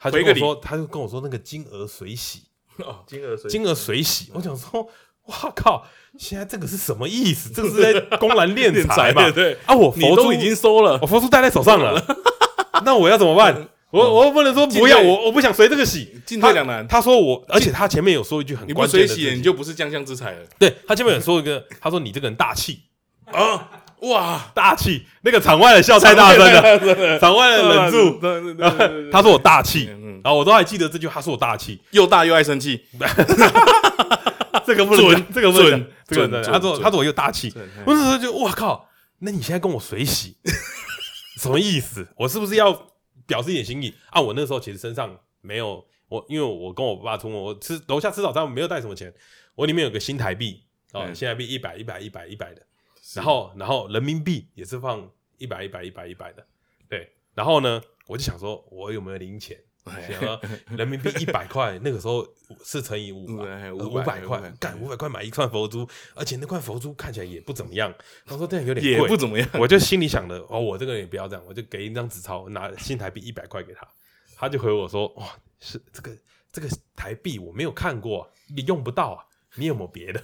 Speaker 1: 他就
Speaker 2: 回
Speaker 1: 跟
Speaker 2: 个
Speaker 1: 我说他就跟我说那个金额水洗，
Speaker 2: 哦，金额随
Speaker 1: 金额水洗，我想说。哇靠！现在这个是什么意思？这个是 在公然敛财嘛？
Speaker 2: 敛财 对对
Speaker 1: 啊，我佛
Speaker 2: 你
Speaker 1: 珠
Speaker 2: 都已经收 了
Speaker 1: 我，佛珠戴在手上了， 那我要怎么办？
Speaker 2: 嗯
Speaker 1: 我我不能说不要，
Speaker 2: 进退
Speaker 1: 我我不想随这个洗，
Speaker 2: 进退两难
Speaker 1: 他他说我，而且他前面有说一句很
Speaker 2: 你不
Speaker 1: 关键
Speaker 2: 水
Speaker 1: 的字
Speaker 2: 洗，
Speaker 1: 眼，
Speaker 2: 你就不是将相之才了
Speaker 1: 对他前面有说一个，他说你这个人大气，
Speaker 2: 啊！哇，
Speaker 1: 大气，那个场外的笑太大声 了，
Speaker 2: 真 的，
Speaker 1: 场外的忍住。
Speaker 2: 对对对对 对，
Speaker 1: 他说我大气
Speaker 2: 嗯嗯，
Speaker 1: 然后我都还记得这句，他说我大 气，
Speaker 2: 又大又爱生气，
Speaker 1: 这个不能
Speaker 2: 准
Speaker 1: 讲，这个不能讲
Speaker 2: 准，
Speaker 1: 这个
Speaker 2: 准
Speaker 1: 不能讲
Speaker 2: 准
Speaker 1: 他说
Speaker 2: 准
Speaker 1: 他说我又大气
Speaker 2: 准，嗯
Speaker 1: 我那时候就哇靠，那你现在跟我水洗， 什么意思？我是不是要表示一点心意啊？我那时候其实身上没有我，因为我跟我爸出门，我吃楼下吃早餐，我没有带什么钱，我里面有个新台币哦，
Speaker 2: 嗯
Speaker 1: 新台币一百一百一百一百的，然后然后人民币也是放一百一百一百一百的，对，然后呢，我就想说我有没有零钱？
Speaker 2: 哎
Speaker 1: 想说啊人民币一百块，那个时候是乘以五
Speaker 2: 嗯哎
Speaker 1: 吧，五
Speaker 2: 500
Speaker 1: 百块
Speaker 2: 500，
Speaker 1: 干五百块买一串佛珠，而且那块佛珠看起来也不怎么样。他说这样有点
Speaker 2: 也
Speaker 1: 贵
Speaker 2: 不，怎么样，
Speaker 1: 我就心里想的，哦，我这个人也不要这样，我就给一张纸钞，拿新台币一百块给他，他就回我说，哇，是这个这个台币我没有看过，你用不到啊，你有没有别的？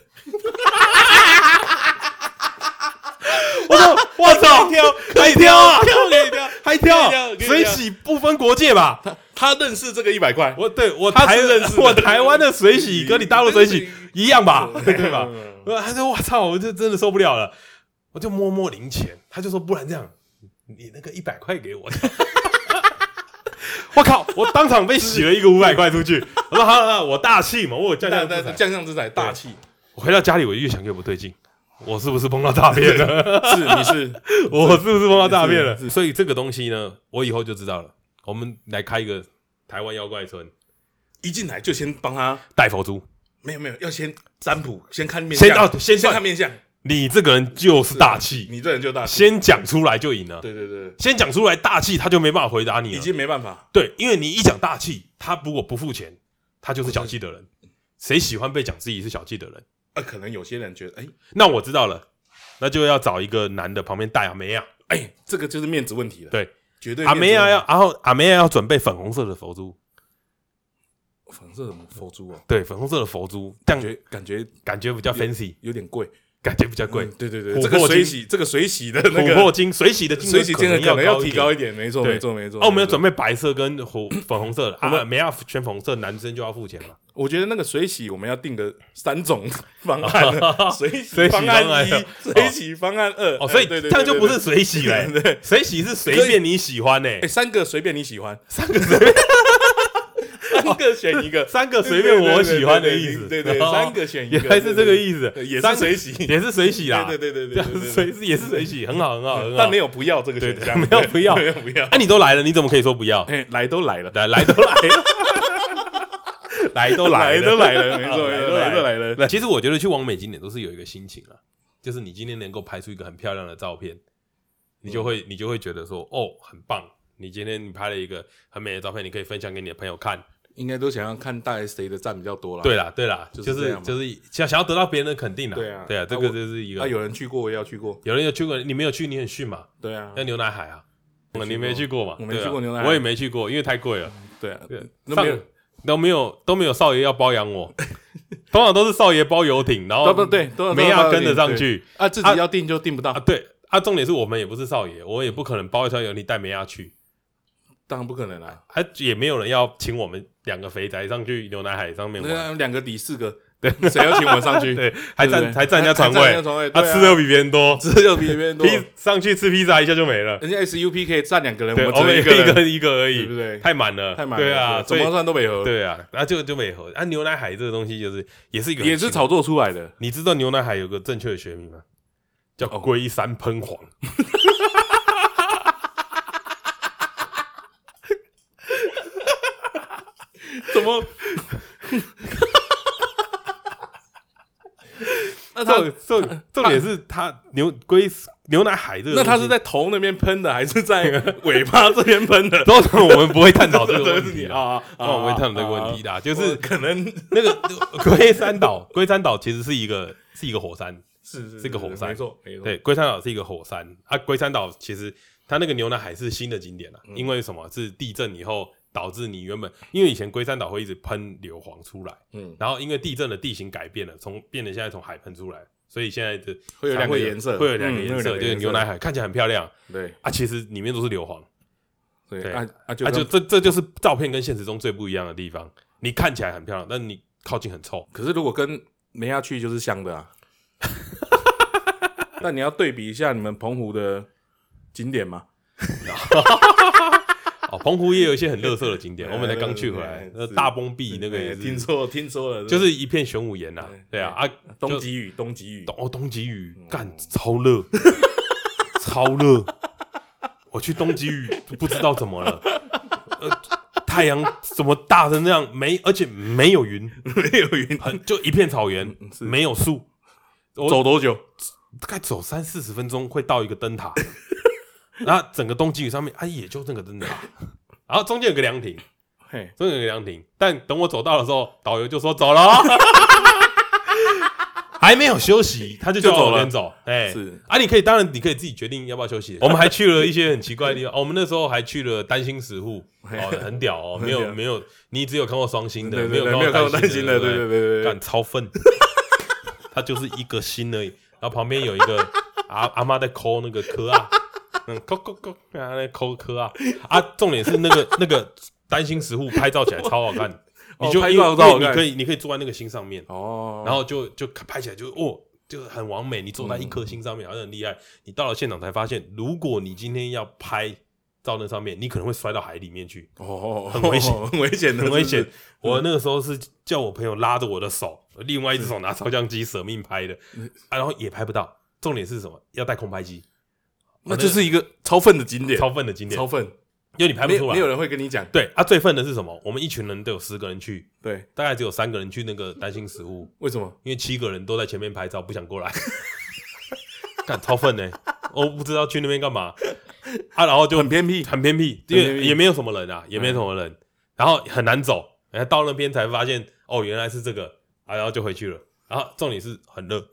Speaker 1: 我说我操，
Speaker 2: 挑
Speaker 1: 还挑啊，
Speaker 2: 挑给你挑，
Speaker 1: 还挑
Speaker 2: 可以，挑可以
Speaker 1: 水
Speaker 2: 挑
Speaker 1: 洗不分国界吧？
Speaker 2: 他认识这个一百块，
Speaker 1: 我对我
Speaker 2: 他是
Speaker 1: 台
Speaker 2: 认识 的
Speaker 1: 我台湾的水洗跟你大陆水洗一样吧，对吧？
Speaker 2: 嗯
Speaker 1: 然后他说：“我操，我就真的受不了了。”我就摸摸零钱，他就说：“不然这样，你那个一百块给我。” 我靠！我当场被洗了一个五百块出去。我说：“好了好了，我大气嘛，我有降
Speaker 2: 大
Speaker 1: 降
Speaker 2: 大
Speaker 1: 自
Speaker 2: 大
Speaker 1: 裁。
Speaker 2: 将相之才，大气
Speaker 1: 我回到家里，我越想越不对劲，我是不是碰到诈骗了？
Speaker 2: 是你是
Speaker 1: 我是不是碰到诈骗了
Speaker 2: 是？
Speaker 1: 所以这个东西呢，我以后就知道了。我们来开一个台湾妖怪村，
Speaker 2: 一进来就先帮他，
Speaker 1: 带佛珠。
Speaker 2: 没有没有，要先占卜，先看面
Speaker 1: 先
Speaker 2: 相，
Speaker 1: 哦先
Speaker 2: 先
Speaker 1: 算
Speaker 2: 看面相，
Speaker 1: 你这个人就是大气，
Speaker 2: 你这人就大气，
Speaker 1: 先讲出来就赢了。
Speaker 2: 对对对，
Speaker 1: 先讲出来大气，他就没办法回答你
Speaker 2: 已
Speaker 1: 了。
Speaker 2: 经没办法，
Speaker 1: 对，因为你一讲大气，他如果不付钱，他就是小气的人。谁喜欢被讲自己是小气的人？
Speaker 2: 呃，可能有些人觉得，哎
Speaker 1: 那我知道了，那就要找一个男的旁边带阿梅亚，
Speaker 2: 哎，这个就是面子问题了，
Speaker 1: 对，
Speaker 2: 绝对
Speaker 1: 阿梅
Speaker 2: 面子
Speaker 1: 亚
Speaker 2: 问
Speaker 1: 要，然后阿梅亚要准备粉红色的佛珠，
Speaker 2: 题哦粉色什么佛珠哦，
Speaker 1: 对，粉红色的佛珠，这
Speaker 2: 感
Speaker 1: 样
Speaker 2: 觉感觉
Speaker 1: 感觉比较 fancy，
Speaker 2: 有点贵，
Speaker 1: 感觉比较贵
Speaker 2: 嗯。对对对，
Speaker 1: 琥
Speaker 2: 这个
Speaker 1: 珀
Speaker 2: 水
Speaker 1: 金
Speaker 2: 洗这个水洗的
Speaker 1: 琥
Speaker 2: 那
Speaker 1: 珀
Speaker 2: 个
Speaker 1: 金水洗的金
Speaker 2: 水洗金额可能
Speaker 1: 要
Speaker 2: 要提
Speaker 1: 高
Speaker 2: 高
Speaker 1: 一
Speaker 2: 一点，没错
Speaker 1: 点，
Speaker 2: 没错没错，
Speaker 1: 哦，我们有
Speaker 2: 没错
Speaker 1: 准备白色跟红粉红色的，
Speaker 2: 我们
Speaker 1: 啊，梅亚选粉红色，男生就要付钱嘛。
Speaker 2: 我觉得那个水洗我们要定个三 种方案，水洗
Speaker 1: 水洗
Speaker 2: 方
Speaker 1: 方
Speaker 2: 案
Speaker 1: 案
Speaker 2: 一
Speaker 1: 哦，
Speaker 2: 水洗方案二。
Speaker 1: 哦，所以
Speaker 2: 哎对对
Speaker 1: 这样就不是
Speaker 2: 对
Speaker 1: 水洗嘞
Speaker 2: 对对，
Speaker 1: 水洗是随
Speaker 2: 可以
Speaker 1: 便你喜欢呢、欸
Speaker 2: 对哎，三个随便你喜欢，
Speaker 1: 三个随便，
Speaker 2: 三个选一个，
Speaker 1: 三个随便我喜欢的意思。
Speaker 2: 对对对对对对对
Speaker 1: 哦
Speaker 2: 三个选一个
Speaker 1: 原来是这个意思
Speaker 2: 对，也
Speaker 1: 三
Speaker 2: 是
Speaker 1: 个
Speaker 2: 水洗，
Speaker 1: 也是水洗啦。
Speaker 2: 对对对对
Speaker 1: 这
Speaker 2: 对
Speaker 1: 样
Speaker 2: 对
Speaker 1: 是
Speaker 2: 对
Speaker 1: 水也是水洗，很好很好很好。
Speaker 2: 但没
Speaker 1: 有，
Speaker 2: 有不要这个选项，
Speaker 1: 对对没有不要
Speaker 2: 没有不 要
Speaker 1: 哎，。你都来了，你怎么可以说不 要？
Speaker 2: 哎，来都来了，
Speaker 1: 来来都来了，来都来
Speaker 2: 来
Speaker 1: 了
Speaker 2: 都来 了，没错，
Speaker 1: 来
Speaker 2: 来
Speaker 1: 都
Speaker 2: 都
Speaker 1: 来
Speaker 2: 来
Speaker 1: 了
Speaker 2: 都来 了。
Speaker 1: 其实我觉得去往美景点都是有一个心情啦，就是你今天能够拍出一个很漂亮的照片，你就
Speaker 2: 嗯
Speaker 1: 会你就会觉得说哦很棒，你今天你拍了一个很美的照片，你可以分享给你的朋友看。
Speaker 2: 应该都想要看大 S 谁的赞比较多啦。
Speaker 1: 对啦对啦，
Speaker 2: 就是
Speaker 1: 就
Speaker 2: 这
Speaker 1: 是
Speaker 2: 样嘛
Speaker 1: 就是想想要得到别人的肯定啦。
Speaker 2: 对啊
Speaker 1: 对啊，
Speaker 2: 啊
Speaker 1: 这个
Speaker 2: 我
Speaker 1: 就是一个
Speaker 2: 啊，有人去过，我也要去过。
Speaker 1: 有人有去过，你没有去你很逊嘛？
Speaker 2: 对啊
Speaker 1: 那，牛奶海啊，
Speaker 2: 没去过
Speaker 1: 你没去过嘛？
Speaker 2: 我没
Speaker 1: 对啊
Speaker 2: 去过牛奶海
Speaker 1: 我也没去过，因为太贵了。
Speaker 2: 对啊
Speaker 1: 对，，
Speaker 2: 那
Speaker 1: 上
Speaker 2: 没有。
Speaker 1: 都没有都没有少爷要包养 我，通常都是少爷包游艇，然后
Speaker 2: 都不对，都
Speaker 1: 没要跟得上去
Speaker 2: 啊，自己要定就定不到
Speaker 1: 啊。，对啊，重点是我们也不是少爷，我也不可能包一条游艇带梅亚去，
Speaker 2: 当然不可能啦。
Speaker 1: 还也没有人要请我们两个肥宅上去牛奶海上面玩。
Speaker 2: 那两个抵四个，对，谁要请我上去？
Speaker 1: 对，还
Speaker 2: 啊对不
Speaker 1: 占
Speaker 2: 对
Speaker 1: 还占人家
Speaker 2: 还
Speaker 1: 床
Speaker 2: 占人家
Speaker 1: 位，
Speaker 2: 床位，
Speaker 1: 他
Speaker 2: 对啊
Speaker 1: 吃的比别人多，
Speaker 2: 吃的就比别人多。
Speaker 1: 披上去吃披萨一下就没了。
Speaker 2: 人家 SUP 可以站两个人，
Speaker 1: 对，
Speaker 2: 我
Speaker 1: 我
Speaker 2: 们
Speaker 1: 们
Speaker 2: 只有
Speaker 1: 一
Speaker 2: 一个
Speaker 1: 个
Speaker 2: 人，
Speaker 1: 一个而
Speaker 2: 对不
Speaker 1: 已，
Speaker 2: 对？
Speaker 1: 太满了，
Speaker 2: 太满了，
Speaker 1: 对啊，所
Speaker 2: 怎
Speaker 1: 以
Speaker 2: 么算都没合，
Speaker 1: 对啊，然后就就没合啊。牛奶海这个东西就是也是一个
Speaker 2: 也是
Speaker 1: 很奇怪
Speaker 2: 炒作出来的。
Speaker 1: 你知道牛奶海有个正确的学名吗？叫
Speaker 2: 哦
Speaker 1: 龟山喷黄。
Speaker 2: 怎么？那 他
Speaker 1: 重重重点是它牛龟牛奶海这个东
Speaker 2: 那
Speaker 1: 西，？
Speaker 2: 他是在头那边喷的，还是在尾巴这边喷的
Speaker 1: 通常我们不会探讨 这个问
Speaker 2: 是你
Speaker 1: 题
Speaker 2: 啊
Speaker 1: 啊，
Speaker 2: 啊！啊
Speaker 1: 通常我们会探讨这个问题，的啊，就
Speaker 2: 就是哦可能
Speaker 1: 那个 龟山岛，龟山岛其实是一个是一个火山，
Speaker 2: 是是
Speaker 1: 这个红山
Speaker 2: 没错没错。
Speaker 1: 对，龟山岛是一个火山啊。龟山岛其实它那个牛奶海是新的景点了、啊
Speaker 2: 嗯
Speaker 1: 因为什么？是地震以后导致你原本因为以前龟山岛会一直喷硫磺出来，
Speaker 2: 嗯，
Speaker 1: 然后因为地震的地形改变了，从变得现在从海喷出来，所以现在的
Speaker 2: 会有两个颜色
Speaker 1: 会有两个
Speaker 2: 嗯
Speaker 1: 颜色，
Speaker 2: 会有两个
Speaker 1: 就是
Speaker 2: 颜色
Speaker 1: 牛奶海看起来很漂亮
Speaker 2: 对
Speaker 1: 啊，其实里面都是硫磺，对
Speaker 2: 对，啊啊就
Speaker 1: 啊，就
Speaker 2: 跟
Speaker 1: 这这就是照片跟现实中最不一样的地方。你看起来很漂亮，但你靠近很臭。
Speaker 2: 可是如果跟梅亚去就是香 的啊。那你要对比一下你们澎湖的景点嘛？
Speaker 1: 哦，澎湖也有一些很垃圾的景 点，我们才刚去回来
Speaker 2: 哎，
Speaker 1: 那
Speaker 2: 是
Speaker 1: 大崩壁那个也
Speaker 2: 哎
Speaker 1: 是
Speaker 2: 听说听说了，
Speaker 1: 就是一片玄武岩呐、
Speaker 2: 对嗯
Speaker 1: 对啊啊，
Speaker 2: 东
Speaker 1: 就
Speaker 2: 极雨，东极雨
Speaker 1: 东，哦东极雨干超热，超热，我去东极雨不知道怎么了，呃，太阳怎么大成这样，没而且没有云，
Speaker 2: 没有云，
Speaker 1: 很就一片草原，
Speaker 2: 嗯是
Speaker 1: 没有树，我
Speaker 2: 走多久？
Speaker 1: 大概走三四十分钟会到一个灯 塔，那整个东极雨上面啊也就那个灯塔，然后中间有个凉亭，
Speaker 2: 嘿，
Speaker 1: 中间有个凉亭，但等我走到的时候，导游就说走 了哦，还没有休息，他就叫
Speaker 2: 就走
Speaker 1: 我
Speaker 2: 了
Speaker 1: 先走。哎，
Speaker 2: 是
Speaker 1: 啊，你可以，当然你可以自己决定要不要休息。我们还去了一些很奇怪的 地方，哦我们那时候还去了丹心石户，哦， 很屌哦，没有
Speaker 2: 很屌
Speaker 1: 没有，你只有看过双星的，
Speaker 2: 对对对
Speaker 1: 没
Speaker 2: 没有看过
Speaker 1: 单
Speaker 2: 单心
Speaker 1: 的，
Speaker 2: 的
Speaker 1: 对
Speaker 2: 对对对对对
Speaker 1: 干超 粪，它就是一个心而已，然后旁边有一个阿阿妈在抠那个壳啊，嗯，抠抠抠，啊，在抠壳啊，啊，重点是那个那个丹心石户拍照起来超好看，
Speaker 2: 哦
Speaker 1: 你就
Speaker 2: 拍
Speaker 1: 因为
Speaker 2: 照超
Speaker 1: 因为
Speaker 2: 好
Speaker 1: 你
Speaker 2: 看
Speaker 1: 可以你可以坐在那个心上面，
Speaker 2: 哦，
Speaker 1: 然后就就拍起来就哦，就是很完美，你做在一颗星上面好像很厉害。你到了现场才发现，如果你今天要拍照那上面，你可能会摔到海里面去，
Speaker 2: 哦，
Speaker 1: 很危险
Speaker 2: 很危险的，
Speaker 1: 很危
Speaker 2: 是
Speaker 1: 险
Speaker 2: 不是。
Speaker 1: 我那个时候是叫我朋友拉着我的手，另外一只手拿照相机舍命拍的，
Speaker 2: 嗯
Speaker 1: 啊，然后也拍不到。重点是什么？要带空拍机，
Speaker 2: 那就是一个超粪的景点，
Speaker 1: 超粪的景点，
Speaker 2: 超粪，
Speaker 1: 因为你拍不
Speaker 2: 没
Speaker 1: 出
Speaker 2: 有
Speaker 1: 来。
Speaker 2: 没有人会跟你讲。
Speaker 1: 对啊，最愤的是什么？我们一群人都有十个人去，
Speaker 2: 对，
Speaker 1: 大概只有三个人去那个担心食物，
Speaker 2: 为什么？
Speaker 1: 因为七个人都在前面拍照，不想过来， 干超愤呢、我不知道去那边干嘛啊，然后就
Speaker 2: 很偏僻，
Speaker 1: 很偏僻，因
Speaker 2: 很偏僻嗯
Speaker 1: 为也没有什么人啊，也没什么人，然后很难走，然后到那边才发现哦，原来是这个啊，然后就回去了。然后重点是很热，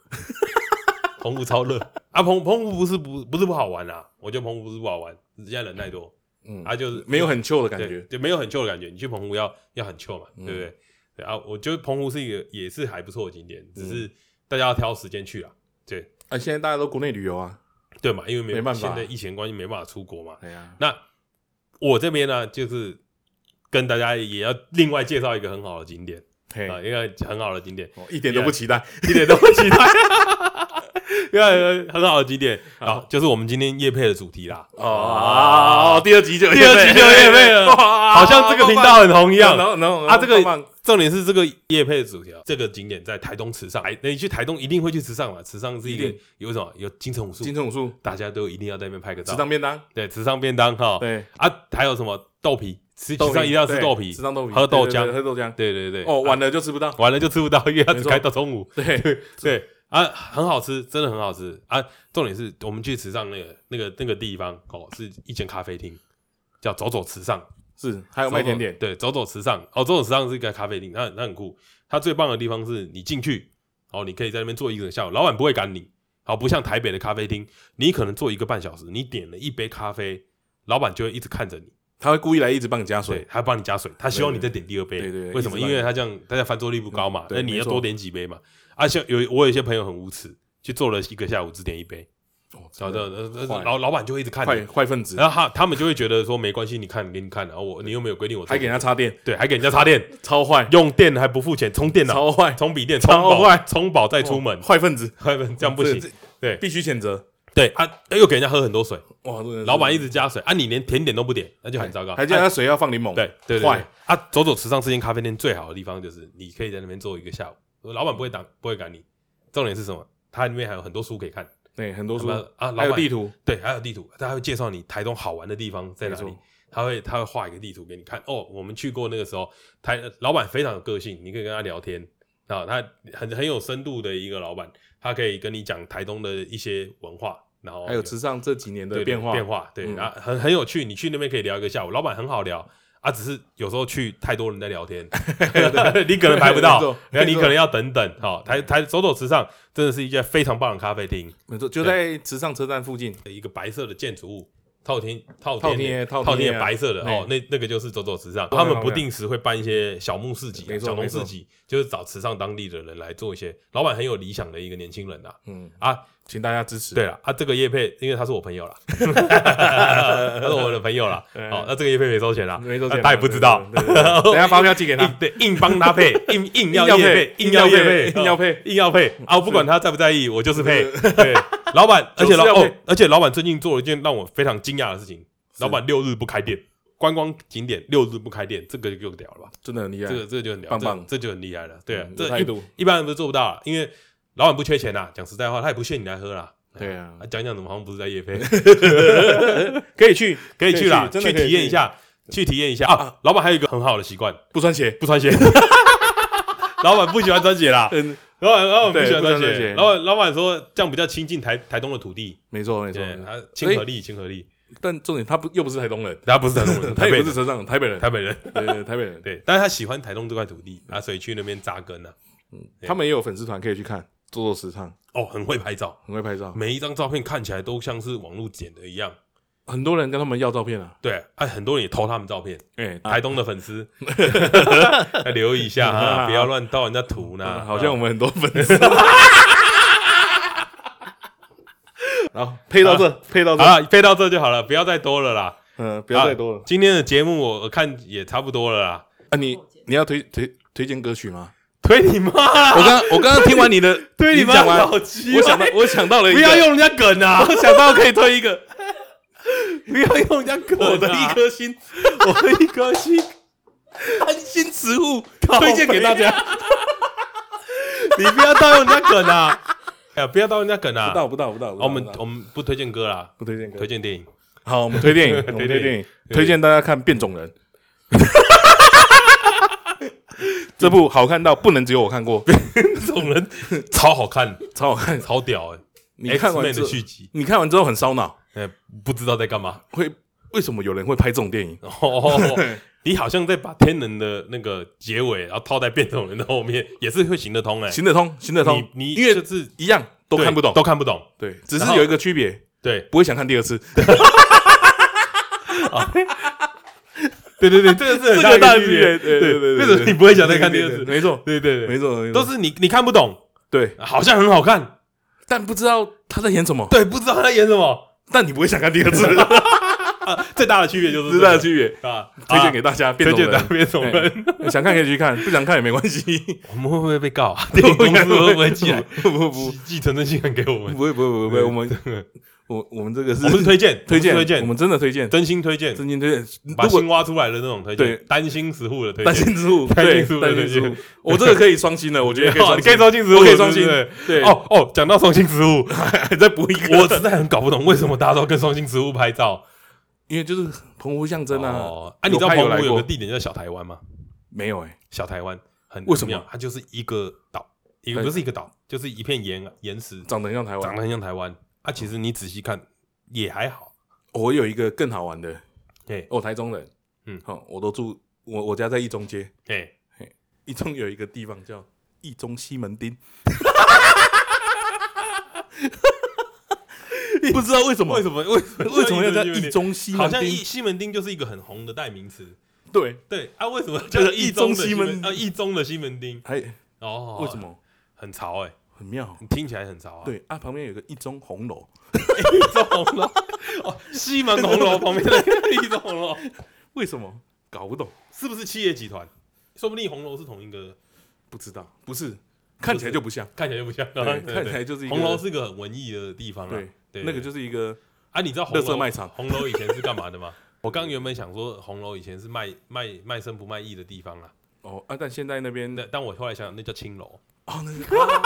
Speaker 1: 澎湖超热啊，澎澎湖不是不不是不好玩啊，我觉得澎湖不是不好玩，只是现在人太多，
Speaker 2: 嗯，
Speaker 1: 啊就是
Speaker 2: 没有很旧的感
Speaker 1: 对，
Speaker 2: 觉。嗯
Speaker 1: 就没有很旧的感觉。你去澎湖要要很旧嘛，对不对？对啊，我觉得澎湖是一个也是还不错的景点，
Speaker 2: 嗯
Speaker 1: 只是大家要挑时间去啊。对
Speaker 2: 啊，现在大家都国内旅游啊，
Speaker 1: 对嘛，因为没
Speaker 2: 没办法
Speaker 1: 现在疫情关系没办法出国嘛。
Speaker 2: 哎呀，
Speaker 1: 那我这边呢，就是跟大家也要另外介绍一个很好的景点
Speaker 2: 嘿，
Speaker 1: 啊，一个很好的景点，
Speaker 2: 哦一点都不期待。
Speaker 1: 一点都不期待。因为很好的景点啊，就是我们今天夜配的主题啦。
Speaker 2: 哦，第二集就哎
Speaker 1: 第二集就有夜配了，
Speaker 2: 哇
Speaker 1: 好像这个频道很红一样。
Speaker 2: 然后然后
Speaker 1: 啊，这个
Speaker 2: 棒棒
Speaker 1: 重点是这个夜配的主题啊，这个景点在台东池上，哎，那你去台东一定会去池上嘛？池上是一
Speaker 2: 一
Speaker 1: 个
Speaker 2: 定
Speaker 1: 有什么有金城武术
Speaker 2: 金，城武术
Speaker 1: 大家都一定要在那边拍个
Speaker 2: 池
Speaker 1: 照。
Speaker 2: 塘便当，
Speaker 1: 对，池上便当哈，
Speaker 2: 对，
Speaker 1: 啊，还有什么豆皮，池池上一定要吃
Speaker 2: 对
Speaker 1: 豆皮，
Speaker 2: 池塘豆皮，
Speaker 1: 喝豆
Speaker 2: 对对
Speaker 1: 浆
Speaker 2: 对，喝豆浆。
Speaker 1: 对对对，
Speaker 2: 哦，
Speaker 1: 啊
Speaker 2: 晚了就吃不到。
Speaker 1: 完了就吃不到，因为它只
Speaker 2: 没错
Speaker 1: 开到中午。
Speaker 2: 对，
Speaker 1: 对啊，很好吃，真的很好吃啊！重点是我们去池上那个那个那个地方哦，是一间咖啡厅，叫走走池上。
Speaker 2: 是还有卖甜点，
Speaker 1: 对，走走时尚哦，走走时尚是一个咖啡厅，它它很酷。它最棒的地方是你进去，哦，你可以在那边坐一个下午，老板不会赶你，好、不像台北的咖啡厅，你可能坐一个半小时，你点了一杯咖啡，老板就会一直看着你，
Speaker 2: 他会故意来一直帮你加
Speaker 1: 对
Speaker 2: 水，，
Speaker 1: 还帮你加水，他希望你
Speaker 2: 对
Speaker 1: 再点第二杯，
Speaker 2: 对对对
Speaker 1: 为什么？
Speaker 2: 一
Speaker 1: 因
Speaker 2: 直帮你
Speaker 1: 为他这样大家翻桌率不高嘛
Speaker 2: 嗯，
Speaker 1: 那、
Speaker 2: 对
Speaker 1: 你
Speaker 2: 没
Speaker 1: 要
Speaker 2: 错
Speaker 1: 多点几杯嘛。啊，像有我有一些朋友很无耻，去做了一个下午只点一杯，
Speaker 2: 哦真
Speaker 1: 然后
Speaker 2: 的
Speaker 1: 这
Speaker 2: 坏
Speaker 1: 老老板就会一直看
Speaker 2: 坏
Speaker 1: 你，
Speaker 2: 坏分子，
Speaker 1: 然后他他们就会觉得说没关系，你看给你看，然后我你又没有规定我做
Speaker 2: 还给人家插电，
Speaker 1: 对，还给人家插电，
Speaker 2: 超坏，
Speaker 1: 用电还不付钱，充电脑、
Speaker 2: 超坏，
Speaker 1: 充笔电、充
Speaker 2: 超
Speaker 1: 饱、
Speaker 2: 坏
Speaker 1: 充饱再出门，
Speaker 2: 坏分哦子，
Speaker 1: 这样不行
Speaker 2: 这。
Speaker 1: 对
Speaker 2: 必须谴责。
Speaker 1: 对啊，又给人家喝很多水，
Speaker 2: 哇，真的是
Speaker 1: 老板一直加水啊，你连甜点都不点，那就很糟糕。
Speaker 2: 哎还叫
Speaker 1: 啊
Speaker 2: 他水要放柠檬，
Speaker 1: 对对对对
Speaker 2: 哦坏
Speaker 1: 啊，走走池上这间咖啡店最好的地方就是你可以在那边坐一个下午，老板不会挡不会赶你。重点是什么？它里面还有很多书可以看，
Speaker 2: 对，很多书
Speaker 1: 什么啊老板
Speaker 2: 还有地图，
Speaker 1: 对，还有地图，他会介绍你台东好玩的地方在哪
Speaker 2: 没
Speaker 1: 里
Speaker 2: 错，
Speaker 1: 他会他会画一个地图给你看。哦，我们去过那个时候，台老板非常有个性，你可以跟他聊天啊，他很很有深度的一个老板，他可以跟你讲台东的一些文化，然后
Speaker 2: 还有池上这几年的
Speaker 1: 对
Speaker 2: 变化，
Speaker 1: 变化，对，
Speaker 2: 嗯
Speaker 1: 啊，很很有趣。你去那边可以聊一个下午，老板很好聊啊，只是有时候去太多人在聊 天，你可能排不
Speaker 2: 没
Speaker 1: 到
Speaker 2: 错，
Speaker 1: 然后你
Speaker 2: 没错嗯
Speaker 1: 可能要等等。好，台台走走池上真的是一家非常棒的咖啡厅。
Speaker 2: 没错，就在池上车站附近，
Speaker 1: 一个白色的建筑物，套天套
Speaker 2: 套
Speaker 1: 天
Speaker 2: 天
Speaker 1: 套
Speaker 2: 套
Speaker 1: 天
Speaker 2: 天啊
Speaker 1: 白色的
Speaker 2: 哎
Speaker 1: 哦，那那个就是走走池上，
Speaker 2: OK，
Speaker 1: 他们不定时会办一些小木市集啊、
Speaker 2: 没错
Speaker 1: 小农
Speaker 2: 没错
Speaker 1: 市集，就是找池上当地的人来做一些。老板很有理想的一个年轻人啊
Speaker 2: 嗯，
Speaker 1: 啊，
Speaker 2: 请大家支持。
Speaker 1: 对了啊，这个叶配，因为他是我朋友啦，他是我的朋友啦。
Speaker 2: 嗯
Speaker 1: 哦，那这个叶配没收钱啦，
Speaker 2: 没收钱
Speaker 1: 啊
Speaker 2: 啦
Speaker 1: 他也不知道，哎
Speaker 2: 对对对 对等一下发票寄给他
Speaker 1: 硬对，硬帮他配，硬硬要
Speaker 2: 硬要
Speaker 1: 业
Speaker 2: 配
Speaker 1: 配，硬要业配，
Speaker 2: 硬要配
Speaker 1: 哦
Speaker 2: 嗯
Speaker 1: 硬要配啊！我不管他在不在意，我就是配。对，老 板，而且老
Speaker 2: 就是要配
Speaker 1: 哦，而且老板最近做了一件让我非常惊讶的事情，老板六日不开店，观光景点六日不开店，这个就屌了吧？
Speaker 2: 真的很厉害
Speaker 1: 这。个这个就很屌，
Speaker 2: 棒
Speaker 1: 这
Speaker 2: 棒
Speaker 1: 这就很厉害了。对啊
Speaker 2: 嗯，有
Speaker 1: 这
Speaker 2: 态度
Speaker 1: 一一般人不是做不到啊，因为老板不缺钱啊呐。讲实在话，他也不屑你来喝啦。
Speaker 2: 对啊
Speaker 1: 啊，讲一讲怎么好像不是在夜配。
Speaker 2: 可以去，
Speaker 1: 可以去啦，
Speaker 2: 真
Speaker 1: 去
Speaker 2: 的可以
Speaker 1: 体验一，下，去体验一下啊！老板还有一个很好的习惯，
Speaker 2: 不穿鞋。
Speaker 1: 不穿鞋。 老板不喜欢穿鞋啦，
Speaker 2: 嗯，
Speaker 1: 老板老板不喜欢穿
Speaker 2: 对不穿
Speaker 1: 鞋。
Speaker 2: 鞋
Speaker 1: 老板老板说这样比较亲近台台东的土地，
Speaker 2: 没错没错。
Speaker 1: 对啊
Speaker 2: 没，错
Speaker 1: 他亲和力亲和力，
Speaker 2: 但重点他不又不是台东人，
Speaker 1: 他不是台东人，
Speaker 2: 他
Speaker 1: 台北
Speaker 2: 也不是
Speaker 1: 人，
Speaker 2: 车上台北人，
Speaker 1: 台北人。
Speaker 2: 对对对台北人，
Speaker 1: 对，但是他喜欢台东这块土地啊，所以去那边扎根啊。
Speaker 2: 他们也有粉丝团可以去看，做做时尚，
Speaker 1: 哦，很会拍照，
Speaker 2: 很会拍照，
Speaker 1: 每一张照片看起来都像是网络剪的一样。
Speaker 2: 很多人跟他们要照片啊。
Speaker 1: 对，啊，很多人也偷他们照片，
Speaker 2: 哎，
Speaker 1: 台东的粉 丝 要留意一下啊，不要乱盗人家图呢。
Speaker 2: 嗯啊好像我们很多粉丝。 好，配到这，配
Speaker 1: 好
Speaker 2: 到这，
Speaker 1: 了，配到这就好了，不要再多了啦，啊
Speaker 2: 嗯，不
Speaker 1: 不
Speaker 2: 要再多了。
Speaker 1: 今天的节目我看也差不多了啦，
Speaker 2: 啊，你你要推推推荐歌曲吗？
Speaker 1: 推你妈 啦！
Speaker 2: 我刚我刚刚听完你的，
Speaker 1: 推你
Speaker 2: 你
Speaker 1: 妈
Speaker 2: 讲完，
Speaker 1: 老鸡啊
Speaker 2: 我想到我想到了一
Speaker 1: 不
Speaker 2: 个，
Speaker 1: 要用人家梗啊！
Speaker 2: 我想到可以推一个，
Speaker 1: 不要用人家梗、啊，
Speaker 2: 我的一颗 心，
Speaker 1: 我的一颗心，
Speaker 2: 安心植物推荐给大家。
Speaker 1: 你不要盗用人家梗啊！ 哎呀，不要盗用人家梗啊！
Speaker 2: 不到不到不到，不
Speaker 1: 哦
Speaker 2: 到
Speaker 1: 我们
Speaker 2: 不到
Speaker 1: 我们不推荐歌啦，
Speaker 2: 不推荐歌
Speaker 1: 推，荐电影。
Speaker 2: 好，我们推电影，我们
Speaker 1: 推
Speaker 2: 推电
Speaker 1: 电
Speaker 2: 影
Speaker 1: 影，
Speaker 2: 推荐大家看《变种人》。这部好看到不能只有我看过，
Speaker 1: 这种人超好 看，
Speaker 2: 超好看。
Speaker 1: 超屌哎、
Speaker 2: 你看
Speaker 1: X-Men
Speaker 2: 完之
Speaker 1: 的
Speaker 2: 后，
Speaker 1: 续集，
Speaker 2: 你看完之后很烧脑，
Speaker 1: 哎、不知道在干嘛。
Speaker 2: 会为什么有人会拍这种电影？
Speaker 1: 哦，你好像在把天能的那个结尾，然后套在变种人的后面，也是会行得通哎、
Speaker 2: 行得通，行得通，
Speaker 1: 你你
Speaker 2: 因为
Speaker 1: 就是
Speaker 2: 一样都看不懂
Speaker 1: 对，都看不懂。
Speaker 2: 对，只
Speaker 1: 然
Speaker 2: 是
Speaker 1: 后
Speaker 2: 有一个区别，
Speaker 1: 对，
Speaker 2: 不会想看第二次。
Speaker 1: 对对对，这个是
Speaker 2: 这个
Speaker 1: 很
Speaker 2: 大
Speaker 1: 大
Speaker 2: 区
Speaker 1: 的区别。
Speaker 2: 别，对对对，
Speaker 1: 为什么你不会想再看第二
Speaker 2: 对对
Speaker 1: 次？
Speaker 2: 对没错，
Speaker 1: 对对对，
Speaker 2: 没错，没错
Speaker 1: 都是你你看不懂，
Speaker 2: 对，
Speaker 1: 好像很好看，
Speaker 2: 但不知道他在演什么，
Speaker 1: 对，不知道他在演什么。
Speaker 2: 但你不会想看第 二次，
Speaker 1: 最大的区别就是
Speaker 2: 这是大的区别。
Speaker 1: 别啊！
Speaker 2: 推荐给大家，变
Speaker 1: 推荐
Speaker 2: 种
Speaker 1: 大
Speaker 2: 人
Speaker 1: 家。变种人，
Speaker 2: 哎想看可以去看，不想看也没关系。
Speaker 1: 我们会不会被告啊？电 影公司会不会寄 来
Speaker 2: 不不不
Speaker 1: 寄寄传真信函给我
Speaker 2: 不
Speaker 1: 们？
Speaker 2: 不会不会不会，
Speaker 1: 对
Speaker 2: 我们我我们这个是
Speaker 1: 我们是推荐，
Speaker 2: 推荐
Speaker 1: 我们是推
Speaker 2: 我
Speaker 1: 荐，
Speaker 2: 们真的推荐，
Speaker 1: 真心推荐，
Speaker 2: 真心推荐。
Speaker 1: 把
Speaker 2: 如果
Speaker 1: 心挖出来的那种推
Speaker 2: 对
Speaker 1: 荐，担心食户的推
Speaker 2: 担
Speaker 1: 荐。
Speaker 2: 心之物，
Speaker 1: 担
Speaker 2: 对
Speaker 1: 心之物
Speaker 2: 担心
Speaker 1: 对
Speaker 2: 之物
Speaker 1: 对，
Speaker 2: 我这个可以双薪的，我觉 得可以
Speaker 1: 好哦
Speaker 2: 双
Speaker 1: 你可以
Speaker 2: 薪。
Speaker 1: 双薪食物，
Speaker 2: 哦我可以双薪
Speaker 1: 对不
Speaker 2: 对
Speaker 1: 对哦哦，讲到双性食物，
Speaker 2: 再补一个，
Speaker 1: 我实在很搞不懂为什么大家都跟双性食物拍照。
Speaker 2: 因为就是澎湖象征啊，
Speaker 1: 哦，啊，你知道
Speaker 2: 有拍有
Speaker 1: 澎
Speaker 2: 来
Speaker 1: 湖有
Speaker 2: 过
Speaker 1: 个地点叫小台湾吗？
Speaker 2: 没有哎，
Speaker 1: 小台湾很
Speaker 2: 为什么
Speaker 1: 妙它就是一个岛，一个
Speaker 2: 对
Speaker 1: 不是一个岛，就是一片岩岩石，
Speaker 2: 长得很像台
Speaker 1: 长
Speaker 2: 湾。
Speaker 1: 得很像台湾。啊，其实你仔细看也还好。
Speaker 2: 我有一个更好玩的，哦
Speaker 1: 哎
Speaker 2: 我台中人，
Speaker 1: 嗯
Speaker 2: 好，我都住我我家在一中街，
Speaker 1: 哎，
Speaker 2: 一中有一个地方叫一中西门町，不知道为什么
Speaker 1: 为什么为什 么
Speaker 2: 为什么要叫
Speaker 1: 西门
Speaker 2: 一
Speaker 1: 町？
Speaker 2: 中西
Speaker 1: 好
Speaker 2: 门
Speaker 1: 像一
Speaker 2: 町？
Speaker 1: 西门町就是一个很红的代名词。
Speaker 2: 对，
Speaker 1: 对啊，为什么
Speaker 2: 叫
Speaker 1: 叫
Speaker 2: 一
Speaker 1: 一
Speaker 2: 中
Speaker 1: 中
Speaker 2: 西
Speaker 1: 西
Speaker 2: 门
Speaker 1: 门啊？一中的西门町
Speaker 2: 还
Speaker 1: 哦，
Speaker 2: 为什么
Speaker 1: 很潮哎？
Speaker 2: 很妙？
Speaker 1: 听起来很潮啊。
Speaker 2: 对啊，旁边有个一中红楼，
Speaker 1: 一中红楼， 哦，西门红楼旁边的 一中红楼，
Speaker 2: 为什么搞不懂？
Speaker 1: 是不是企业集团？说不定红楼是同一个，
Speaker 2: 不知道，不是看起来就不像，
Speaker 1: 看起来就不像。
Speaker 2: 对
Speaker 1: 对
Speaker 2: 看起来就是一个
Speaker 1: 红楼是个很文艺的地方啊。
Speaker 2: 对，
Speaker 1: 对，
Speaker 2: 那个就是一个
Speaker 1: 啊，你知道红
Speaker 2: 垃圾
Speaker 1: 楼
Speaker 2: 卖场
Speaker 1: 红楼以前是干嘛的吗？ 我刚原本想说红楼以前是卖卖卖身不卖艺的地方啊，
Speaker 2: 哦啊，但现在那边
Speaker 1: 那但我后来想想那叫青楼，
Speaker 2: 哦，那个啊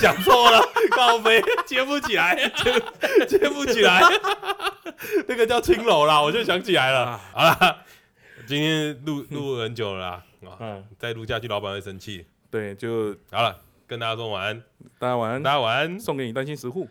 Speaker 1: 讲错了， 高飞接不起来， 接接不起来， 那个叫青楼啦，我就想起来了。
Speaker 2: 啊
Speaker 1: 好啦，今天录录很久了啦，啊，
Speaker 2: 嗯，
Speaker 1: 再录下去老板会生气。
Speaker 2: 对，就
Speaker 1: 好了，跟大家说晚安，
Speaker 2: 大家晚
Speaker 1: 大
Speaker 2: 安，
Speaker 1: 家晚安。
Speaker 2: 送给你担心食户。